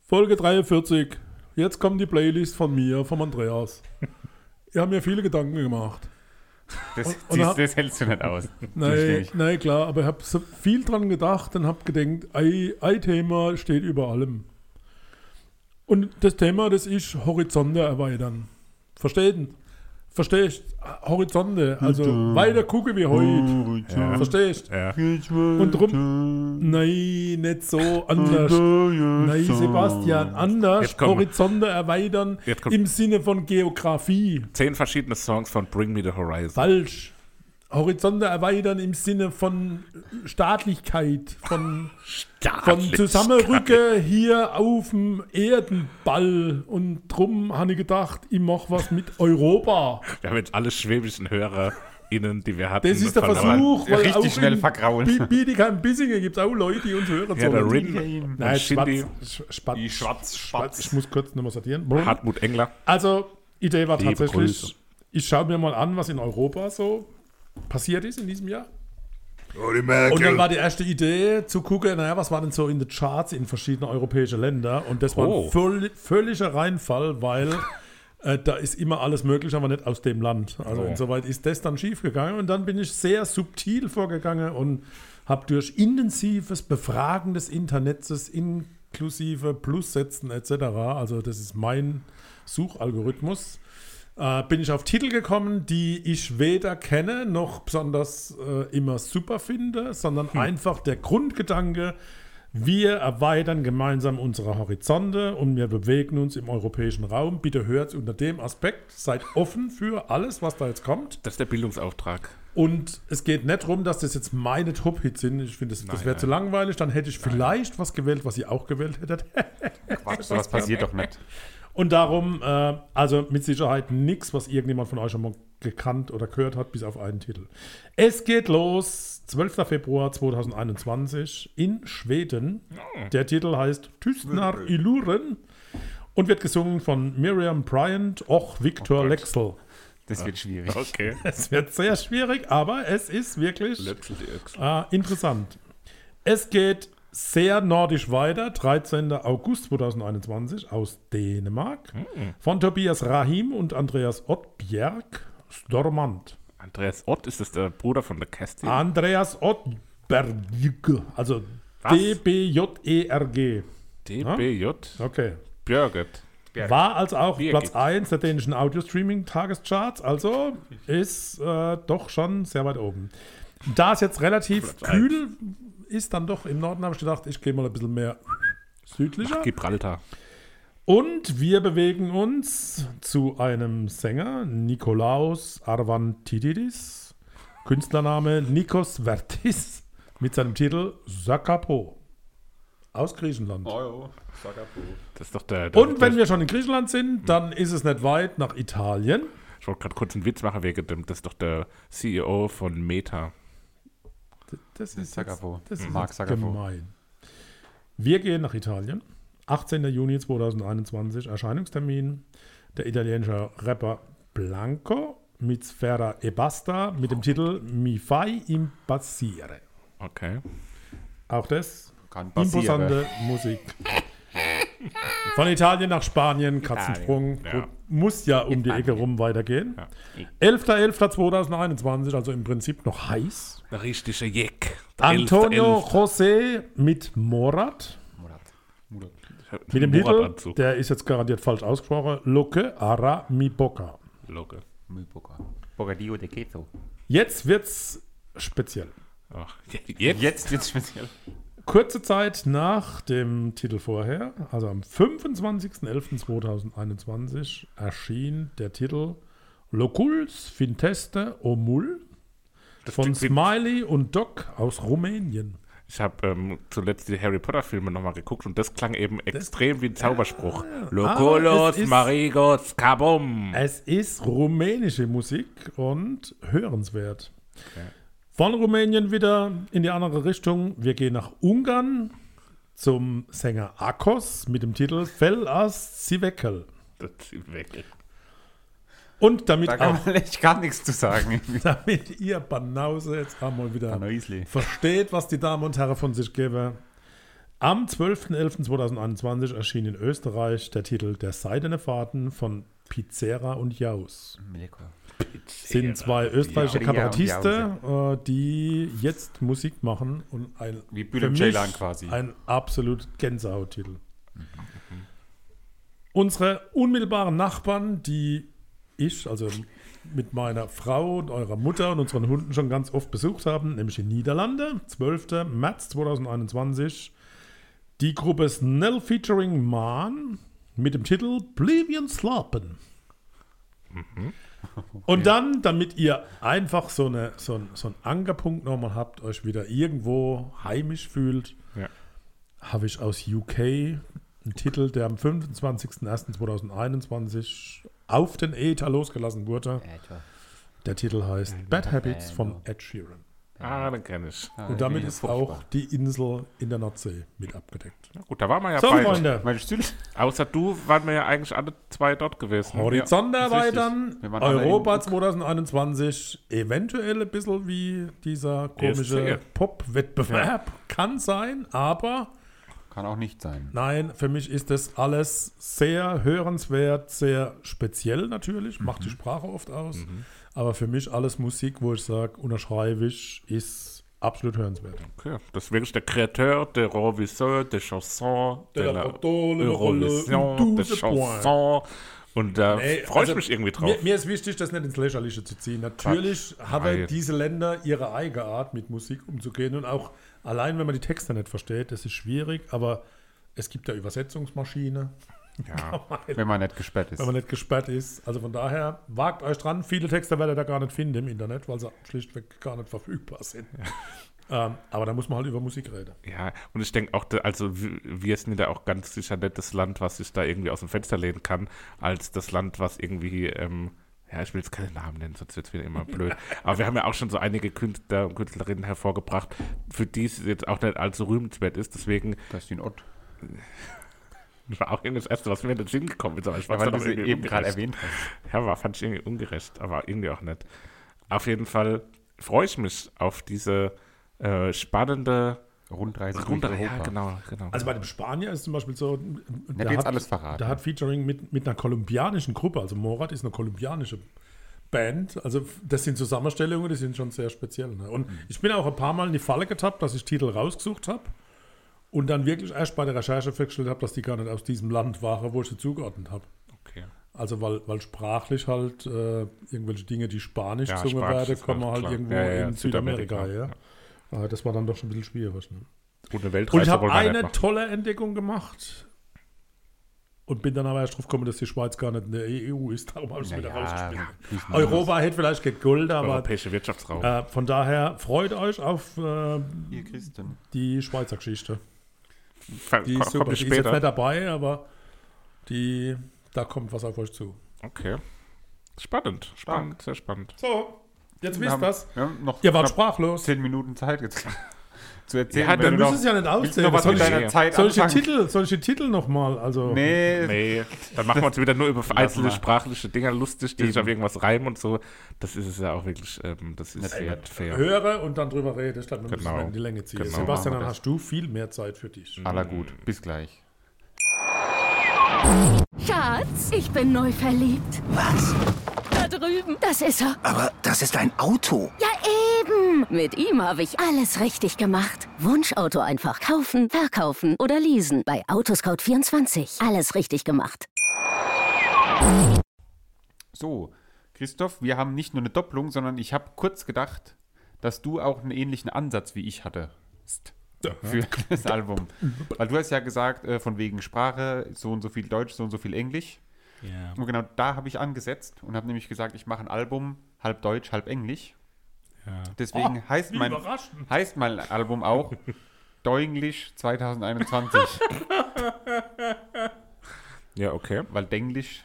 S2: Folge 43. Jetzt kommt die Playlist von mir, vom Andreas. Ihr habt mir viele Gedanken gemacht.
S3: Das,
S2: Und- und
S3: das,
S2: hab-
S3: das hältst du nicht aus. Verstehe
S2: Nein,
S3: ich.
S2: nein, klar, aber ich habe so viel dran gedacht und habe gedacht, ein, ein Thema steht über allem. Und das Thema, das ist Horizonte erweitern. Verstehen? Verstehst? Horizonte, also weiter gucken wie heute. Ja. Verstehst?
S1: Ja.
S2: Und drum, nein, nicht so anders. Nein, Sebastian, anders.
S1: Jetzt komm.
S2: Horizonte erweitern
S1: Jetzt komm.
S2: im Sinne von Geografie.
S1: Zehn verschiedene Songs von Bring Me the Horizon.
S2: Falsch. Horizonte erweitern im Sinne von Staatlichkeit, von, von Zusammenrücken hier auf dem Erdenball. Und drum habe ich gedacht, ich mache was mit Europa.
S1: Wir haben jetzt alle schwäbischen HörerInnen, die wir hatten.
S2: Das ist der
S1: verloren.
S2: Versuch,
S3: Richtig schnell vergraulen.
S2: Bietigheim Bissingen gibt es auch Leute, die uns hören.
S1: Ja, der
S2: sollen.
S1: Rin und
S2: Nein,
S1: Shindy,
S2: Spatz, Spatz,
S3: Die Schwatz, Schwatz.
S2: Ich muss kurz nochmal sortieren.
S1: Hartmut Engler.
S2: Also, Idee war
S1: Liebe
S2: tatsächlich,
S1: Grüße.
S2: ich schaue mir mal an, was in Europa so passiert ist in diesem Jahr. Und dann war die erste Idee zu gucken, naja, was war denn so in den Charts in verschiedenen europäischen Ländern? Und das war
S1: Oh.
S2: ein völ völliger Reinfall, weil äh, da ist immer alles möglich, aber nicht aus dem Land. Also
S1: Oh.
S2: insoweit ist das dann schiefgegangen. Und dann bin ich sehr subtil vorgegangen und habe durch intensives Befragen des Internets inklusive Plussätzen etc., also das ist mein Suchalgorithmus, äh, bin ich auf Titel gekommen, die ich weder kenne noch besonders äh, immer super finde, sondern
S1: Hm.
S2: einfach der Grundgedanke, wir erweitern gemeinsam unsere Horizonte und wir bewegen uns im europäischen Raum. Bitte hört unter dem Aspekt, seid offen für alles, was da jetzt kommt.
S1: Das ist der Bildungsauftrag.
S2: Und es geht nicht darum, dass das jetzt meine Top-Hits sind. Ich finde, das, das
S1: Nein,
S2: wäre
S1: nein.
S2: zu langweilig. Dann hätte ich vielleicht was gewählt, was ihr auch gewählt hättet.
S3: Quatsch, sowas passiert doch nicht.
S2: Und darum, äh, also mit Sicherheit nichts, was irgendjemand von euch schon mal gekannt oder gehört hat, bis auf einen Titel. Es geht los, 12. Februar 2021 in Schweden. Der Titel heißt Tystnar Iluren und wird gesungen von Miriam Bryant och Victor Lexel.
S3: Das wird schwierig.
S1: Okay.
S2: Es wird sehr schwierig, aber es ist wirklich Ah, interessant. Es geht sehr nordisch weiter. 13. August 2021 aus Dänemark. Von Tobias Rahim und Andreas Ottbjerg. Stormant.
S1: Andreas Ott, ist das der Bruder von der Kerstin?
S2: Ah, Andreas Ottberg. Also
S1: Was?
S2: D-B-J-E-R-G.
S1: DBJ
S2: E Okay.
S1: Birgit.
S2: War also auch
S1: Birgit.
S2: Platz 1 der dänischen Audio-Streaming-Tagescharts, also ist äh, doch schon sehr weit oben. Da es jetzt relativ kühl ist, dann doch im Norden habe ich gedacht, ich gehe mal ein bisschen mehr südlicher.
S1: Gibraltar.
S2: Und wir bewegen uns zu einem Sänger, Nikolaos Arvantididis, Künstlername Nikos Vertis, mit seinem Titel Sakapo. Aus Griechenland.
S1: Das ist doch der. der
S2: Und wenn wir schon in Griechenland sind, dann ist es nicht weit nach Italien.
S1: ich wollte gerade kurz einen Witz machen wegen dem. Das ist doch der CEO von Meta.
S2: Das ist
S3: Sagafo.
S2: jetzt- Das ist
S3: Mark
S2: jetzt
S3: Sagafo.
S2: gemein. Wir gehen nach Italien. 18. Juni 2021, Erscheinungstermin. Der italienische Rapper Blanco mit Sfera e Basta mit dem Titel Mi fai impazzire.
S1: Okay.
S2: Auch das
S3: Kann passieren.
S2: imposante Musik. Von Italien nach Spanien, Katzensprung.
S1: Italien, ja.
S2: Gut, Muss ja um die Ecke rum weitergehen. 11.11.2021, also im Prinzip noch heiß.
S1: Der richtige Jeck. Der
S2: Antonio
S1: Elfte,
S2: José mit Morat.
S1: Elfte.
S2: Mit dem Titel,
S1: Moratanzug.
S2: der ist jetzt garantiert falsch ausgesprochen, Loke Ara Mi Boca.
S1: Logo.
S3: Bogadio de Keto.
S2: Jetzt wird's speziell.
S1: Ach, je- jetzt?
S3: Jetzt wird's speziell.
S2: Kurze Zeit nach dem Titel vorher, also am 25.11.2021, erschien der Titel Loculs Finteste Omul von
S1: klingt wie-
S2: Smiley und Doc aus Rumänien.
S1: Ich habe ähm, zuletzt die Harry Potter Filme nochmal geguckt und das klang eben extrem wie ein Zauberspruch.
S2: aber Ah, es
S1: Locolos,
S2: ist-
S1: Marigos, Kabum.
S2: Es ist rumänische Musik und hörenswert. Von Rumänien wieder in die andere Richtung. Wir gehen nach Ungarn zum Sänger Akos mit dem Titel Fellas Zivekel.
S1: Das ist weg.
S2: Und damit,
S3: Da
S2: auch,
S3: kann man echt gar nichts zu sagen.
S2: damit ihr Banause jetzt einmal wieder
S3: Neuesli.
S2: versteht, was die Damen und Herren von sich geben. Am 12.11.2021 erschien in Österreich der Titel Der Seidene Faden von Pizzera und Jaus. sind zwei österreichische
S3: Ja, und ne? die
S2: Kabarettisten, äh, die jetzt Musik machen und ein
S3: Wie Bülent
S2: für mich
S3: Ceylan quasi. Mhm,
S2: ein absolut Gänsehauttitel. Unsere unmittelbaren Nachbarn, die ich, also mit meiner Frau und eurer Mutter und unseren Hunden schon ganz oft besucht haben, nämlich die Niederlande, 12. März 2021, die Gruppe Snell featuring Man mit dem Titel Blivian Slapen. Und dann, damit ihr einfach so, eine, so, ein, so einen Ankerpunkt nochmal habt, euch wieder irgendwo heimisch fühlt,
S1: Ja.
S2: habe ich aus UK einen Titel, der am 25.01.2021 auf den Ether losgelassen wurde.
S4: Etwa.
S2: Der Titel heißt Bad Habits von Ed Sheeran.
S1: Ah, den kenne ich.
S2: Und damit ist auch die Insel in der Nordsee mit abgedeckt.
S1: Na gut, da waren wir ja
S2: So,
S1: beide.
S2: Freunde,
S3: Meine Stühle.
S1: Außer du waren wir ja eigentlich alle zwei dort gewesen.
S2: Horizont erweitern,
S3: richtig. Wir waren alle
S2: Europa
S3: im
S2: 2021, eventuell ein bisschen wie dieser
S1: Der
S2: komische
S1: FC.
S2: Pop-Wettbewerb. Kann sein, aber
S3: Kann auch nicht sein.
S2: nein, für mich ist das alles sehr hörenswert, sehr speziell
S3: Mhm.
S2: natürlich, macht die Sprache oft aus, aber für mich alles Musik, wo ich sage, unterschreibe ich, ist absolut hörenswert.
S1: Okay. Das ist wirklich der Kreateur, der Reviseur, der Chanson,
S2: De la Parole,
S1: Eurovision,
S2: du
S1: der
S2: de
S1: Chanson. Und da
S2: Ey,
S1: freue ich
S2: also,
S1: mich irgendwie drauf.
S2: Mir, mir ist wichtig, das nicht ins Lächerliche zu ziehen. Natürlich haben
S1: Nein.
S2: diese Länder ihre eigene Art, mit Musik umzugehen. Und auch allein, wenn man die Texte nicht versteht, das ist schwierig. Aber es gibt ja Übersetzungsmaschine,
S1: ja.
S3: Wenn man nicht gesperrt ist.
S2: wenn man nicht gesperrt ist. Also von daher, wagt euch dran. Viele Texte werdet ihr da gar nicht finden im Internet, weil sie schlichtweg gar nicht verfügbar sind. ähm, aber da muss man halt über Musik reden.
S1: ja, und ich denke auch, da- also w- wir sind ja auch ganz sicher nicht das Land, was sich da irgendwie aus dem Fenster lehnen kann, als das Land, was irgendwie, ähm, ja, ich will jetzt keine Namen nennen, sonst wird es wieder immer blöd. Aber wir haben ja auch schon so einige Künstler und Künstlerinnen hervorgebracht, für die es jetzt auch nicht allzu rühmenswert ist. Deswegen
S3: Das ist ein Ott.
S1: Das war auch irgendwie das Erste, was mir in den Sinn gekommen ist. Aber ich
S3: Ja,
S1: fand
S3: weil
S1: es
S3: du
S1: dann auch irgendwie
S3: sie eben gerade
S1: ungerecht.
S3: erwähnt hast.
S1: Ja, war, fand ich irgendwie ungerecht, aber irgendwie auch nicht. Auf jeden Fall freue ich mich auf diese äh, spannende
S3: Rundreise durch
S1: Runde.
S3: Europa.
S1: Ja, genau, genau.
S2: Also bei dem Spanier ist zum Beispiel so.
S3: Nicht
S2: da
S3: jetzt
S2: hat-
S3: alles verraten.
S2: Da hat Featuring mit, mit einer kolumbianischen Gruppe, also Morat ist eine kolumbianische Band. Also f- das sind Zusammenstellungen, die sind schon sehr speziell. Ne? Und
S1: Mhm.
S2: ich bin auch ein paar Mal in die Falle getappt, dass ich Titel rausgesucht habe und dann wirklich erst bei der Recherche festgestellt habe, dass die gar nicht aus diesem Land waren, wo ich sie zugeordnet habe.
S1: okay.
S2: Also weil, weil sprachlich halt äh, irgendwelche Dinge, die spanisch
S1: Ja,
S2: gesungen
S1: Spanisch
S2: werden,
S1: ist
S2: kommen
S1: ganz
S2: halt
S1: klar.
S2: irgendwo
S1: Ja, ja,
S2: in Südamerika.
S1: Südamerika,
S2: ja. Äh, Das war dann doch schon ein bisschen schwierig. Ne?
S1: Und eine
S2: Und
S1: Weltreise
S2: ich habe
S1: wollen wir nicht
S2: eine
S1: machen.
S2: tolle Entdeckung gemacht. Und bin dann aber erst drauf gekommen, dass die Schweiz gar nicht in der EU ist. Darum habe ich es wieder rausgespielt. Europa hätte vielleicht gegolten, aber
S1: Europäische Wirtschaftsraum.
S2: äh, von daher freut euch auf äh,
S3: Ihr Christen.
S2: die Schweizer Geschichte.
S1: Ver-
S2: Die
S1: kommt
S2: ist, super.
S1: nicht
S2: Die ist jetzt
S1: später.
S2: nicht dabei, aber die, da kommt was auf euch zu.
S1: okay. Spannend, spannend, sehr spannend.
S2: So, jetzt
S3: Wir
S2: wisst
S3: haben-
S2: das.
S3: Wir haben noch
S2: Ihr wart
S3: knapp
S2: sprachlos.
S3: zehn Minuten Zeit jetzt zu erzählen.
S1: Ja,
S3: wenn
S1: dann
S3: du
S2: Müsst
S3: noch-
S2: es ja nicht
S3: willst du
S2: aussehen.
S3: noch was mit
S1: soll ich-
S3: deiner Zeit
S2: Solche
S3: anfangen?
S2: Titel, solche Titel nochmal. Also,
S3: Nee,
S1: Nee, dann machen wir uns wieder nur über einzelne
S3: mal.
S1: sprachliche Dinger lustig, die sich auf irgendwas reimen und so. Das ist es ja auch wirklich, ähm, das ist fair. fair.
S2: höre und dann drüber rede. Ich glaube, man
S1: Genau.
S2: muss in die Länge ziehen.
S1: Genau,
S2: Sebastian,
S3: machen wir
S2: dann
S3: das.
S2: hast du viel mehr Zeit für dich.
S3: aller gut. Bis gleich.
S5: Schatz, ich bin neu verliebt.
S6: Was?
S5: Da drüben. Das ist er.
S6: Aber das ist ein Auto.
S5: Ja, eben. Mit ihm habe ich alles richtig gemacht. Wunschauto einfach kaufen, verkaufen oder leasen. Bei Autoscout24. Alles richtig gemacht.
S3: So, Christoph, wir haben nicht nur eine Doppelung, sondern ich habe kurz gedacht, dass du auch einen ähnlichen Ansatz wie ich hatte für das Album. Weil du hast ja gesagt, äh, von wegen Sprache, so und so viel Deutsch, so und so viel Englisch. Und genau da habe ich angesetzt und habe nämlich gesagt, ich mache ein Album halb Deutsch, halb Englisch. Deswegen heißt, mein, heißt mein Album auch Deuglisch 2021,
S1: Ja, okay.
S3: weil Denglisch,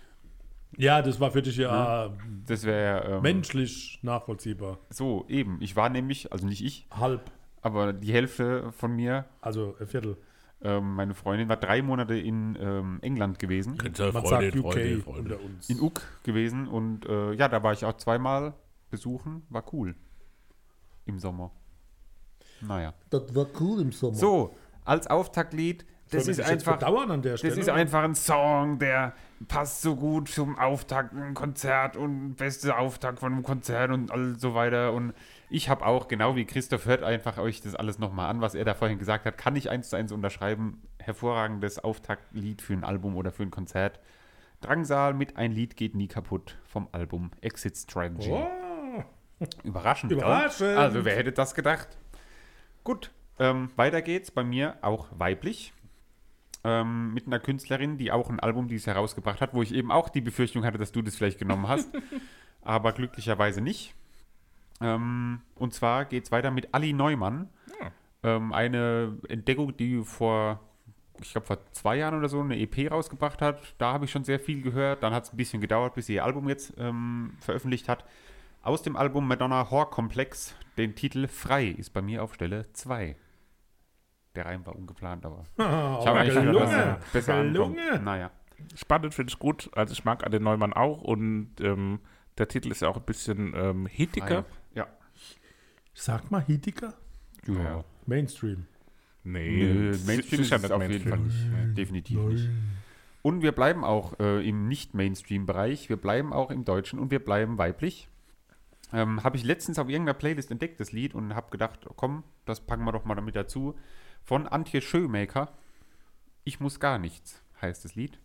S2: Ja, das war für dich ja äh,
S3: das wäre ähm,
S2: menschlich nachvollziehbar.
S3: so eben. Ich war nämlich, also nicht ich,
S2: Halb,
S3: aber die Hälfte von mir
S2: also ein Viertel.
S3: Ähm, meine Freundin war drei Monate in ähm, England gewesen,
S2: Man sagt UK unter uns.
S3: in Uck gewesen und äh, ja, da war ich auch zweimal besuchen, war cool. Im Sommer. Naja.
S2: das war cool im Sommer.
S3: So, als Auftaktlied, das ist einfach.
S2: Bedauern an der Stelle.
S3: Das ist einfach ein Song, der passt so gut zum Auftakt, ein Konzert und beste Auftakt von einem Konzert und all so weiter. Und ich habe auch, genau wie Christoph, hört einfach euch das alles nochmal an, was er da vorhin gesagt hat. Kann ich eins zu eins unterschreiben. Hervorragendes Auftaktlied für ein Album oder für ein Konzert. Drangsal mit Ein Lied geht nie kaputt vom Album Exit Strategy. Überraschend. gell?
S2: Überraschend.
S3: Also, wer hätte das gedacht? Gut, ähm, weiter geht's bei mir auch weiblich. ähm, mit einer Künstlerin, die auch ein Album dies herausgebracht hat, wo ich eben auch die Befürchtung hatte, dass du das vielleicht genommen hast, aber glücklicherweise nicht. Ähm, und zwar geht es weiter mit Ali Neumann. Ähm, eine Entdeckung, die vor, ich glaube, vor zwei Jahren oder so eine EP rausgebracht hat. Da habe ich schon sehr viel gehört. Dann hat es ein bisschen gedauert, bis sie ihr Album jetzt ähm, veröffentlicht hat. Aus dem Album Madonna Horror Komplex, den Titel Frei, ist bei mir auf Stelle 2. Der Reim war ungeplant, aber
S2: Ah,
S3: ich habe eigentlich gedacht, dass er besser ankommt.
S2: gelungen.
S3: Naja.
S1: äh, Spannend finde ich gut. Also ich mag Anne Neumann auch und ähm, der Titel ist ja auch ein bisschen ähm, hittiger.
S3: Ja.
S2: Sag mal Hitiker?
S3: ja.
S2: Mainstream.
S1: Nee,
S3: Nö,
S1: si-
S3: Mainstream ist es auf jeden Fall nicht. Definitiv nicht. Und wir bleiben auch äh, im Nicht-Mainstream-Bereich. Wir bleiben auch im Deutschen und wir bleiben weiblich. Ähm, habe ich letztens auf irgendeiner Playlist entdeckt, das Lied, und habe gedacht, oh, komm, das packen wir doch mal damit dazu. Von Antje Schömaker. Ich muss gar nichts, heißt das Lied.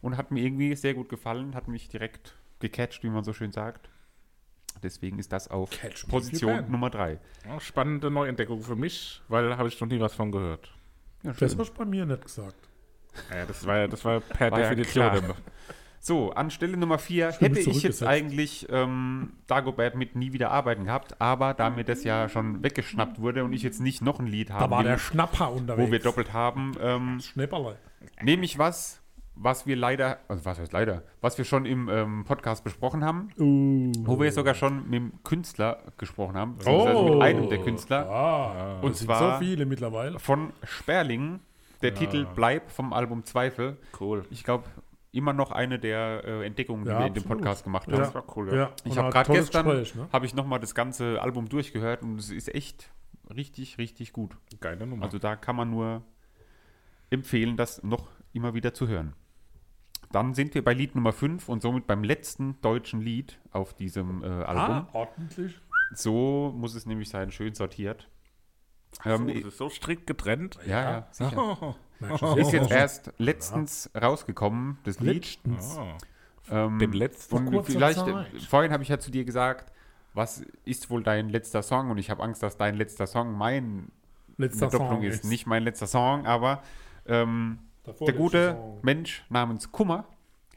S3: Und hat mir irgendwie sehr gut gefallen, hat mich direkt gecatcht, wie man so schön sagt. Deswegen ist das auf
S2: Catch me if you
S3: Position
S2: can.
S3: Nummer 3.
S1: Ja, Spannende Neuentdeckung für mich, weil habe ich noch nie was von gehört.
S2: Das hast du bei mir nicht gesagt.
S1: Ja, das war ja, das war ja per
S3: War ja
S1: Definition.
S3: klar.
S1: immer.
S3: So, an Stelle Nummer 4
S2: Stimme
S3: hätte ich jetzt
S2: zurückgesetzt.
S3: eigentlich ähm, Dagobert mit nie wieder arbeiten gehabt, aber da mir das ja schon weggeschnappt wurde und ich jetzt nicht noch ein Lied
S2: Da
S3: haben
S2: war der
S3: will,
S2: Schnapper unterwegs.
S3: wo wir doppelt haben, ähm,
S2: Schnäpperle.
S3: nehme ich was, was wir leider, also was heißt leider, was wir schon im ähm, Podcast besprochen haben,
S2: Uh.
S3: wo wir sogar schon mit dem Künstler gesprochen haben, beziehungsweise
S2: Oh.
S3: mit einem der Künstler,
S2: Ah,
S3: und
S2: das sind
S3: zwar-
S2: so viele mittlerweile.
S3: von Sperling, der Titel Bleib vom Album Zweifel.
S1: Cool.
S3: Ich glaube, immer noch eine der äh, Entdeckungen,
S2: Ja,
S3: die wir in dem
S2: absolut.
S3: Podcast gemacht haben.
S2: Ja.
S1: Das war cool, ja.
S3: Ich
S2: und
S3: habe
S2: ein
S3: gerade
S2: tolles
S3: gestern
S2: Gespräch, ne?
S3: habe ich noch mal das ganze Album durchgehört und es ist echt richtig richtig gut.
S1: Geile Nummer.
S3: Also da kann man nur empfehlen, das noch immer wieder zu hören. Dann sind wir bei Lied Nummer 5 und somit beim letzten deutschen Lied auf diesem äh, Album.
S2: Ah, ordentlich.
S3: So muss es nämlich sein, schön sortiert. Ähm,
S1: so, es ist so strikt getrennt.
S3: ja, ja, sicher.
S2: Merkst du,
S3: Ist jetzt erst letztens rausgekommen, das Lied.
S2: letztens.
S3: Ähm,
S1: Dem letzten.
S3: Und
S2: kurzer
S3: vielleicht,
S2: Zeit.
S3: äh, vorhin habe ich ja zu dir gesagt, was ist wohl dein letzter Song? Und ich habe Angst, dass dein letzter Song mein
S2: letzter
S3: Doppelung
S2: Song
S3: ist. Nicht mein letzter Song, aber ähm,
S2: Der
S3: der
S2: vorletzte
S3: gute
S2: Song.
S3: Mensch namens Kummer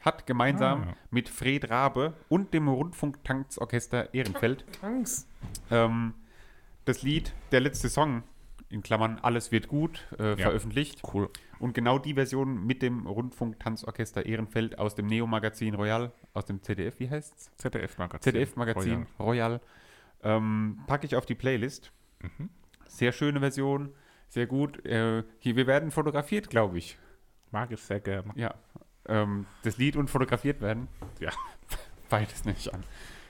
S3: hat gemeinsam mit Fred Rabe und dem Rundfunktanksorchester Ehrenfeld
S2: Angst.
S3: ähm, das Lied Der letzte Song, in Klammern Alles wird gut, äh, veröffentlicht.
S1: Cool.
S3: Und genau die Version mit dem Rundfunktanzorchester Ehrenfeld aus dem Neo-Magazin Royal, aus dem ZDF, wie heißt's?
S1: ZDF-Magazin. Oh
S3: ZDF-Magazin Royal, ähm, packe ich auf die Playlist.
S2: Mhm.
S3: Sehr schöne Version, sehr gut. Äh, hier, wir werden fotografiert, glaube ich.
S1: Mag ich sehr gerne.
S3: Ja. Ähm, das Lied und fotografiert werden.
S1: Ja.
S3: Beides nehme ich an.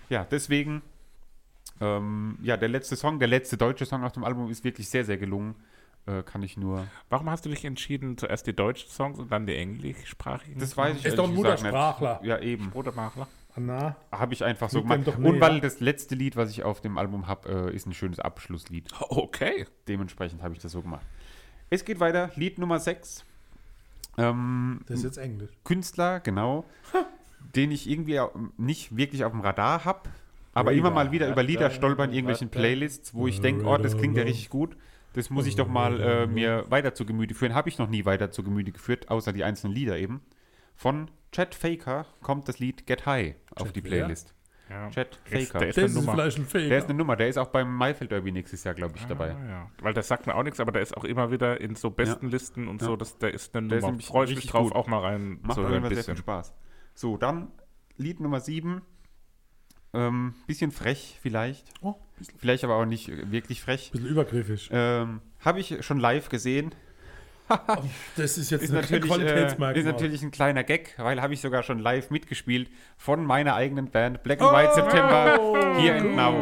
S3: Ja, deswegen, ähm, ja, der letzte Song, der letzte deutsche Song auf dem Album ist wirklich sehr, sehr gelungen. Äh, kann ich nur.
S1: Warum hast du dich entschieden, zuerst die deutschen Songs und dann die englischsprachigen?
S3: Das weiß ich
S2: Ist doch ein
S3: ehrlich gesagt nicht.
S2: Muttersprachler.
S3: Ja, eben.
S1: Rotemachler.
S2: Anna.
S3: Habe ich einfach so
S2: Liegt einem
S3: gemacht.
S2: doch näher.
S3: und weil das letzte Lied, was ich auf dem Album habe, äh, ist ein schönes Abschlusslied.
S1: Okay.
S3: Dementsprechend habe ich das so gemacht. Es geht weiter, Lied Nummer 6. Ähm,
S2: Das ist jetzt Englisch.
S3: Künstler, genau, den ich irgendwie au- nicht wirklich auf dem Radar habe, aber immer mal wieder über Lieder stolpern in irgendwelchen Playlists, wo ich denke, oh, das klingt ja richtig gut. Das muss ich doch mal äh, mir weiter zu Gemüte führen. Habe ich noch nie weiter zu Gemüte geführt, außer die einzelnen Lieder eben. Von Chad Faker kommt das Lied Get High auf die
S2: wer?
S3: Playlist.
S1: Ja.
S3: Chad
S1: Ist-
S3: Faker.
S1: der ist
S2: Das ist
S1: Nummer.
S2: vielleicht ein
S3: Der ist
S2: Fake.
S3: eine Nummer, der ist auch beim Maifeld Derby nächstes Jahr, glaube ich, dabei.
S1: Ah, ja. Weil der sagt mir auch nichts, aber der ist auch immer wieder in so besten Listen und so. Das, der ist eine
S3: Der ist
S1: Nummer.
S3: nämlich
S1: Freue ich mich
S3: richtig
S1: drauf,
S3: gut.
S1: auch mal rein
S3: Macht
S1: zu
S3: auf
S1: hören.
S3: jeden
S1: Ein
S3: Fall sehr viel
S1: bisschen.
S3: Spaß. So, dann Lied Nummer 7. Ähm, bisschen frech vielleicht.
S2: Oh,
S3: Vielleicht aber auch nicht äh, wirklich frech.
S2: Bisschen übergriffig.
S3: Ähm, Habe ich schon live gesehen.
S2: Das ist jetzt
S3: Ist
S2: ein
S3: natürlich, äh,
S2: Qualitätsmerkmal.
S3: ist natürlich ein kleiner Gag, weil habe ich sogar schon live mitgespielt von meiner eigenen Band Black
S2: Oh,
S3: and White September hier in Nau.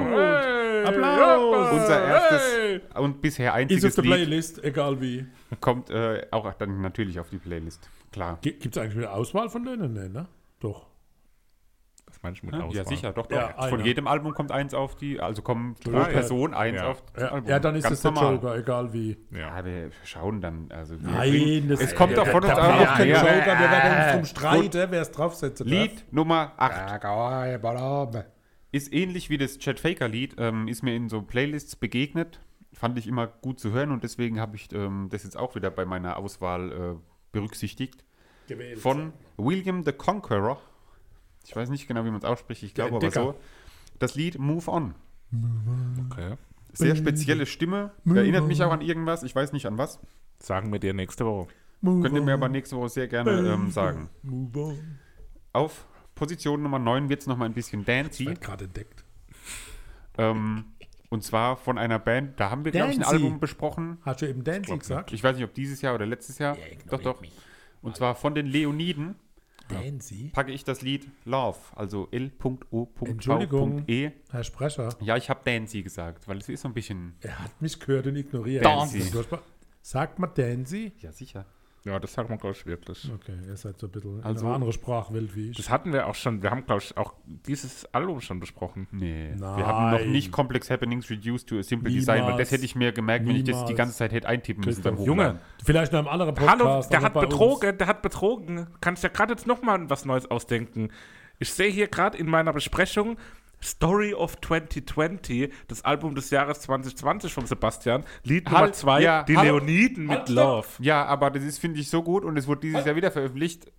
S2: Applaus!
S3: Unser erstes und bisher
S2: Ist auf
S3: einziges
S2: der
S3: Lied
S2: Playlist, egal wie.
S3: kommt äh, auch dann natürlich auf die Playlist. Klar.
S2: Gibt es eigentlich wieder Auswahl von denen? Nee, ne? Doch.
S1: Das meine ich mit
S3: Ja,
S1: Auswahl.
S3: sicher, doch, doch.
S2: Ja,
S3: Von
S2: einer.
S3: jedem Album kommt eins auf die, also kommen pro Person eins
S1: Ja.
S3: auf das
S2: Ja,
S3: Album.
S2: ja dann ist
S3: Ganz
S2: es der
S3: normal.
S2: Joker, egal wie.
S1: Ja.
S3: Ja, wir schauen dann. Also wir
S2: Nein,
S3: bringen-
S2: das
S3: es kommt doch von uns
S2: Da
S3: auch
S2: braucht
S3: noch
S2: kein
S3: mehr.
S2: Joker, wir werden
S3: Gut.
S2: uns drum streiten, äh, wer es draufsetzen darf.
S3: Lied Nummer 8
S2: Lied.
S3: ist ähnlich wie das Chad Faker Lied, ähm, ist mir in so Playlists begegnet, fand ich immer gut zu hören und deswegen habe ich ähm, das jetzt auch wieder bei meiner Auswahl äh, berücksichtigt.
S2: Gewählt.
S3: Von William the Conqueror. Ich weiß nicht genau, wie man es ausspricht, ich
S2: Der
S3: glaube aber
S2: Entdecker.
S3: so. Das Lied Move On.
S1: Okay.
S3: Sehr spezielle Stimme. Erinnert mich auch an irgendwas, ich weiß nicht an was.
S1: Sagen wir dir nächste Woche.
S2: Move
S3: Könnt ihr
S2: on,
S3: mir aber nächste Woche sehr gerne ähm, sagen.
S2: Move on.
S3: Auf Position Nummer 9 wird es nochmal ein bisschen dancy.
S2: Wird gerade entdeckt.
S3: Ähm, und zwar von einer Band, da haben wir, glaube ich, ein
S2: Dancy.
S3: Album besprochen.
S2: Hast du eben Dancy gesagt?
S3: Ich weiß nicht, ob dieses Jahr oder letztes Jahr. doch, doch. Und zwar von den Leoniden
S2: Dancy?
S3: packe ich das Lied Love, also
S2: Entschuldigung.
S3: L.O.V.E.
S2: Herr Sprecher,
S3: E. Ja, ich habe Dancy gesagt, weil es ist so ein bisschen.
S2: er hat mich gehört und ignoriert.
S3: Dancy.
S2: Das ist furchtbar. Sagt man Dancy?
S3: Ja, sicher.
S1: Ja, das sagen wir, glaube ich, wirklich.
S2: Okay, ihr seid so ein bisschen in
S3: Also-
S2: eine andere Sprachwelt wie ich.
S1: Das hatten wir auch schon. Wir haben, glaube ich, auch dieses Album schon besprochen.
S3: Nee.
S2: Nein.
S3: Wir haben noch nicht Complex Happenings reduced to a simple design, weil
S2: Niemals.
S3: das hätte ich mir gemerkt, wenn ich das die
S2: Niemals.
S3: ganze Zeit hätte eintippen müssen beim Hochladen.
S1: Junge,
S2: Vielleicht noch einem anderen Podcast.
S1: hallo, der
S2: aber
S1: hat
S2: bei uns-
S1: betrogen, der hat betrogen. Kannst ja gerade jetzt nochmal was Neues ausdenken. Ich sehe hier gerade in meiner Besprechung Story of 2020, das Album des Jahres 2020 von Sebastian, Lied Nummer
S3: Halt,
S1: 2,
S3: ja,
S1: Die
S3: halt,
S1: Leoniden mit Love.
S3: Ja, aber das ist, finde ich, so gut und es wurde dieses Jahr wieder veröffentlicht.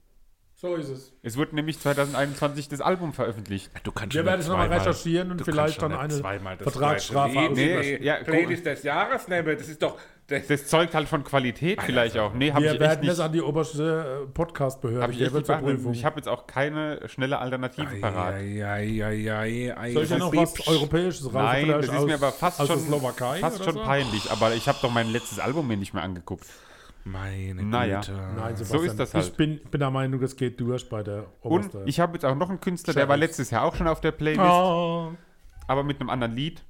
S2: So ist es.
S3: Es wird nämlich 2021 das Album veröffentlicht.
S1: Du kannst
S2: Wir
S1: schon
S2: werden
S1: nicht
S2: es nochmal
S1: zweimal-
S2: recherchieren und
S1: du kannst
S2: vielleicht
S1: schon
S2: dann
S1: nicht
S2: eine
S1: zweimal das
S2: Vertragsstrafe
S1: gleiche- Nee, nee,
S2: ausüberstehen.
S1: ja,
S3: Ja,
S1: Playlist des Jahres nehmen, das ist doch. Das
S3: Das zeugt halt von Qualität vielleicht auch. Nee, habe ich
S2: also, Wir
S3: echt
S2: werden das
S3: nicht.
S2: an die oberste äh, Podcastbehörde.
S3: Hab ich echt
S2: geben
S3: nicht
S2: zur
S3: beachtet.
S2: Prüfung.
S3: ich habe jetzt auch keine schnelle Alternative parat.
S2: Soll ich ja noch was Europäisches raus?
S3: Nein,
S2: Vielleicht
S3: das ist
S2: aus-
S3: mir aber fast
S2: aus der
S3: schon,
S2: Slowakei
S3: fast
S2: oder
S3: schon
S2: so?
S3: peinlich. Aber ich habe doch mein letztes Album mir nicht mehr angeguckt.
S1: Meine
S3: Naja.
S1: Güte.
S2: Nein,
S3: So ist das halt.
S2: Ich bin, bin der Meinung, das geht durch bei der
S3: Und
S2: Oberste.
S3: ich habe jetzt auch noch einen Künstler, der war letztes Jahr auch schon auf der Playlist, aber mit einem anderen Lied.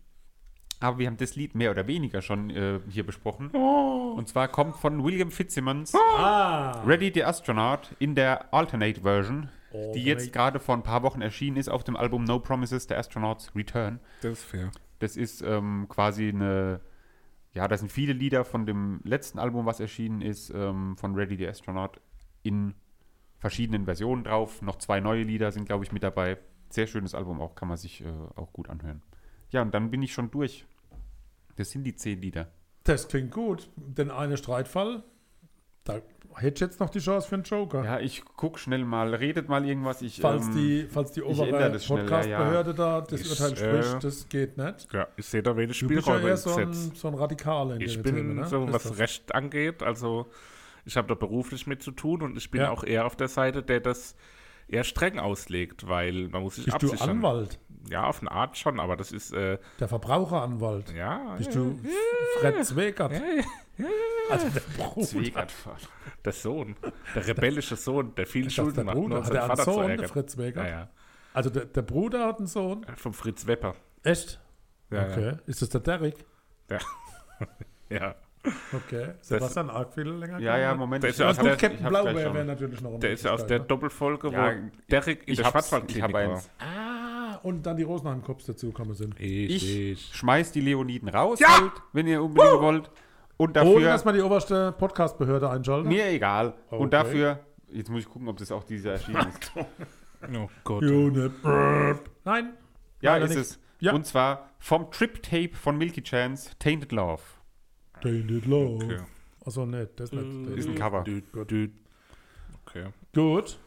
S3: Aber wir haben das Lied mehr oder weniger schon äh, hier besprochen. Und zwar kommt von William Fitzsimmons Ready the Astronaut in der Alternate Version, die jetzt gerade vor ein paar Wochen erschienen ist auf dem Album No Promises The Astronauts Return.
S1: Das ist fair.
S3: Das ist ähm, quasi eine, ja, das sind viele Lieder von dem letzten Album, was erschienen ist, ähm, von Ready the Astronaut in verschiedenen Versionen drauf. Noch zwei neue Lieder sind, glaube ich, mit dabei. Sehr schönes Album auch, kann man sich äh, auch gut anhören. Ja, und dann bin ich schon durch. Das sind die zehn Lieder.
S2: das klingt gut. Denn eine Streitfall, da hätte ich jetzt noch die Chance für einen Joker.
S3: Ja, ich guck schnell mal, redet mal irgendwas. Ich,
S2: falls,
S3: ähm,
S2: die, falls die
S3: ändere
S2: obere
S3: das schnell, ja,
S2: Podcastbehörde da das
S1: Ich,
S2: Urteil
S1: äh,
S2: spricht, das geht nicht.
S1: Ja, ich sehe da wenig
S2: Du bist ja
S1: Spielräume
S2: eher
S1: im
S2: so ein,
S1: Gesetz.
S2: so ein Radikaler in
S1: Ich
S2: den
S1: bin
S2: Themen, ne?
S1: so,
S2: Ist
S1: was
S2: das?
S1: Recht angeht, also ich habe da beruflich mit zu tun und ich bin
S2: Ja.
S1: auch eher auf der Seite, der das eher streng auslegt, weil man muss sich
S2: Bist du
S1: absichern.
S2: Anwalt?
S1: Ja, auf eine Art schon, aber das ist, äh,
S2: Der Verbraucheranwalt?
S1: ja,
S2: Bist du Fred Zwegert? Also der Bruder.
S3: Zwegert.
S1: der Sohn, der rebellische Sohn, der viel
S2: dachte,
S1: Schulden
S2: der
S1: macht,
S2: Bruder.
S1: nur um
S2: Hat
S1: seinen
S2: er einen
S1: Vater zu
S2: Sohn, der
S1: ärgern.
S2: Fritz Zwegert?
S1: Ja,
S2: Also der, der Bruder hat einen Sohn?
S1: ja, vom Fritz Wepper.
S2: Echt?
S1: Ja,
S2: Okay. Ist das der Derrick?
S1: Ja. ja. ja.
S2: Okay. Sebastian arg viel länger.
S3: Ja, ja, Moment.
S1: Der
S3: ich-
S1: ist ja
S3: ich
S1: aus
S3: hab-
S1: der-
S2: Und
S3: ich
S2: Captain
S3: hab
S2: Blaubeer
S3: gleich schon.
S2: wäre natürlich noch ein
S1: Der ist ja aus der
S2: Möglichkeit,
S1: Doppelfolge,
S3: Ja,
S1: wo Derek in der
S3: Ich hab's, ich
S1: Schwarzwaldklinik
S3: hab
S1: war.
S3: eins.
S2: ne? Und dann die Rosenheim-Cops dazugekommen sind.
S3: Ich schmeiß die Leoniden raus, halt, wenn ihr unbedingt wollt. Und dafür.
S2: Ohne, dass man die oberste Podcastbehörde einschaltet.
S3: Mir egal.
S2: Okay.
S3: Und dafür, jetzt muss ich gucken, ob das auch dieses Jahr erschienen ist.
S1: Oh Gott.
S2: Jone. ne, Nein.
S3: ja,
S2: Leider
S3: ist
S2: nix.
S3: es.
S2: Ja.
S3: Und zwar vom Trip-Tape von Milky Chance, Tainted Love.
S2: Tainted Love.
S1: Okay.
S2: Achso, nee, Also, ne, das nicht.
S3: Ist ein Cover.
S1: Dü, dü. Okay.
S2: Gut.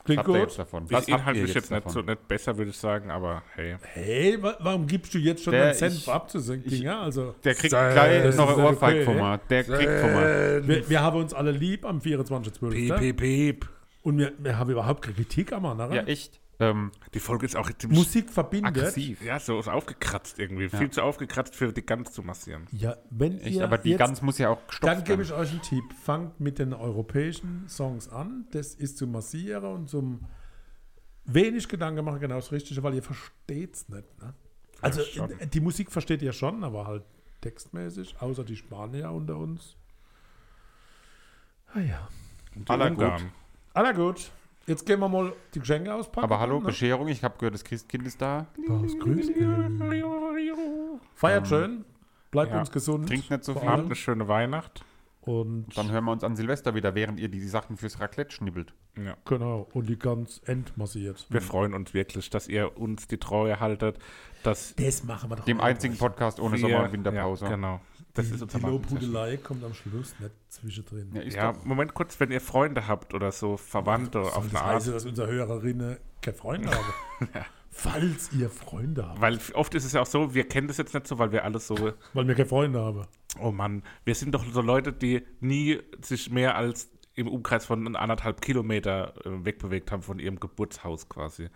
S3: Was
S2: Klingt
S3: habt ihr
S2: gut.
S3: jetzt davon?
S1: Das ist
S3: habt ihr
S1: inhaltlich jetzt nicht,
S3: davon?
S1: so, nicht besser, würde ich sagen, aber hey.
S2: Hey, wa- warum gibst du jetzt schon
S3: Der-
S2: einen Cent
S3: ich-
S2: abzusenken?
S3: ich-
S2: Ja, also,
S3: Der kriegt
S1: Sein-
S3: gleich
S1: Das
S3: noch
S2: ist
S3: ein
S2: ja
S3: Ohrfeig
S2: okay.
S3: von mir. Der kriegt von mir.
S2: wir, wir haben uns alle lieb am 24.12.
S1: piep.
S2: Und wir, wir haben überhaupt keine Kritik am anderen.
S3: Ja, echt. Ähm,
S1: Die Folge ist auch ziemlich
S2: Musik verbindet.
S3: aggressiv.
S1: Ja, so ist aufgekratzt irgendwie. Viel zu aufgekratzt für die Gans zu massieren.
S2: Ja, wenn
S3: Echt,
S2: ihr
S3: aber die
S2: jetzt,
S3: Gans muss ja auch
S2: dann
S3: gestopft
S2: gebe
S3: werden.
S2: ich euch einen Tipp. Fangt mit den europäischen Songs an. Das ist zum Massieren und zum wenig Gedanken machen genau das Richtige, weil ihr versteht es nicht. Ne? Also
S1: schon.
S2: äh, die Musik versteht ihr schon, aber halt textmäßig, außer die Spanier unter uns. Ah ja.
S1: Und
S3: Aller
S1: Ungarn.
S2: Aller gut. Jetzt gehen wir mal die Geschenke auspacken.
S3: Aber hallo,
S2: ne?
S3: Bescherung, ich habe gehört, das Christkind ist da.
S2: Pass, grüß dich. Feiert schön. Bleibt
S1: ja.
S2: uns gesund.
S3: Ähm, Trinkt nicht so
S2: vor
S3: viel.
S1: Habt
S2: allem.
S1: eine schöne Weihnacht.
S2: Und
S3: Dann hören wir uns an Silvester wieder, während ihr die Sachen fürs Raclette schnibbelt.
S1: Ja.
S2: Genau, und die ganz endmassiert.
S3: Mhm.
S1: Wir freuen uns wirklich, dass ihr uns die Treue haltet, dass
S2: Das machen wir doch.
S3: Dem einzigen Podcast ohne
S1: wir-
S3: Sommer- und Winterpause.
S1: Genau. Ja, genau. das
S2: die,
S1: ist unser
S2: die
S1: Markenzeichen.
S2: Lobhudelei kommt am Schluss nicht zwischendrin.
S3: Ja, ist
S1: Ja,
S3: doch-
S1: Moment kurz, wenn ihr Freunde habt oder so, Verwandte
S2: Soll
S1: auf
S2: das
S1: eine Art.
S2: heißen, dass unsere Hörerinnen keine Freunde haben. Falls ihr Freunde habt.
S1: Weil oft ist es ja auch so, wir kennen das jetzt nicht so, weil wir alles so,
S2: Weil wir keine Freunde haben.
S1: oh Mann, wir sind doch so Leute, die nie sich mehr als im Umkreis von anderthalb Kilometer äh, wegbewegt haben von ihrem Geburtshaus quasi.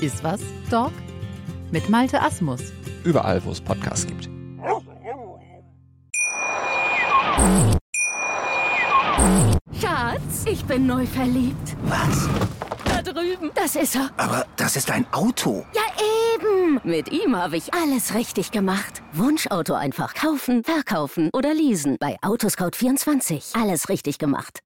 S4: Ist was, Dog? Mit Malte Asmus.
S7: Überall, wo es Podcasts gibt.
S5: Schatz, ich bin neu verliebt.
S6: Was?
S5: Da drüben. Das ist er.
S6: Aber das ist ein Auto.
S5: Ja, eben. Mit ihm habe ich alles richtig gemacht. Wunschauto einfach kaufen, verkaufen oder leasen. Bei Autoscout24. Alles richtig gemacht.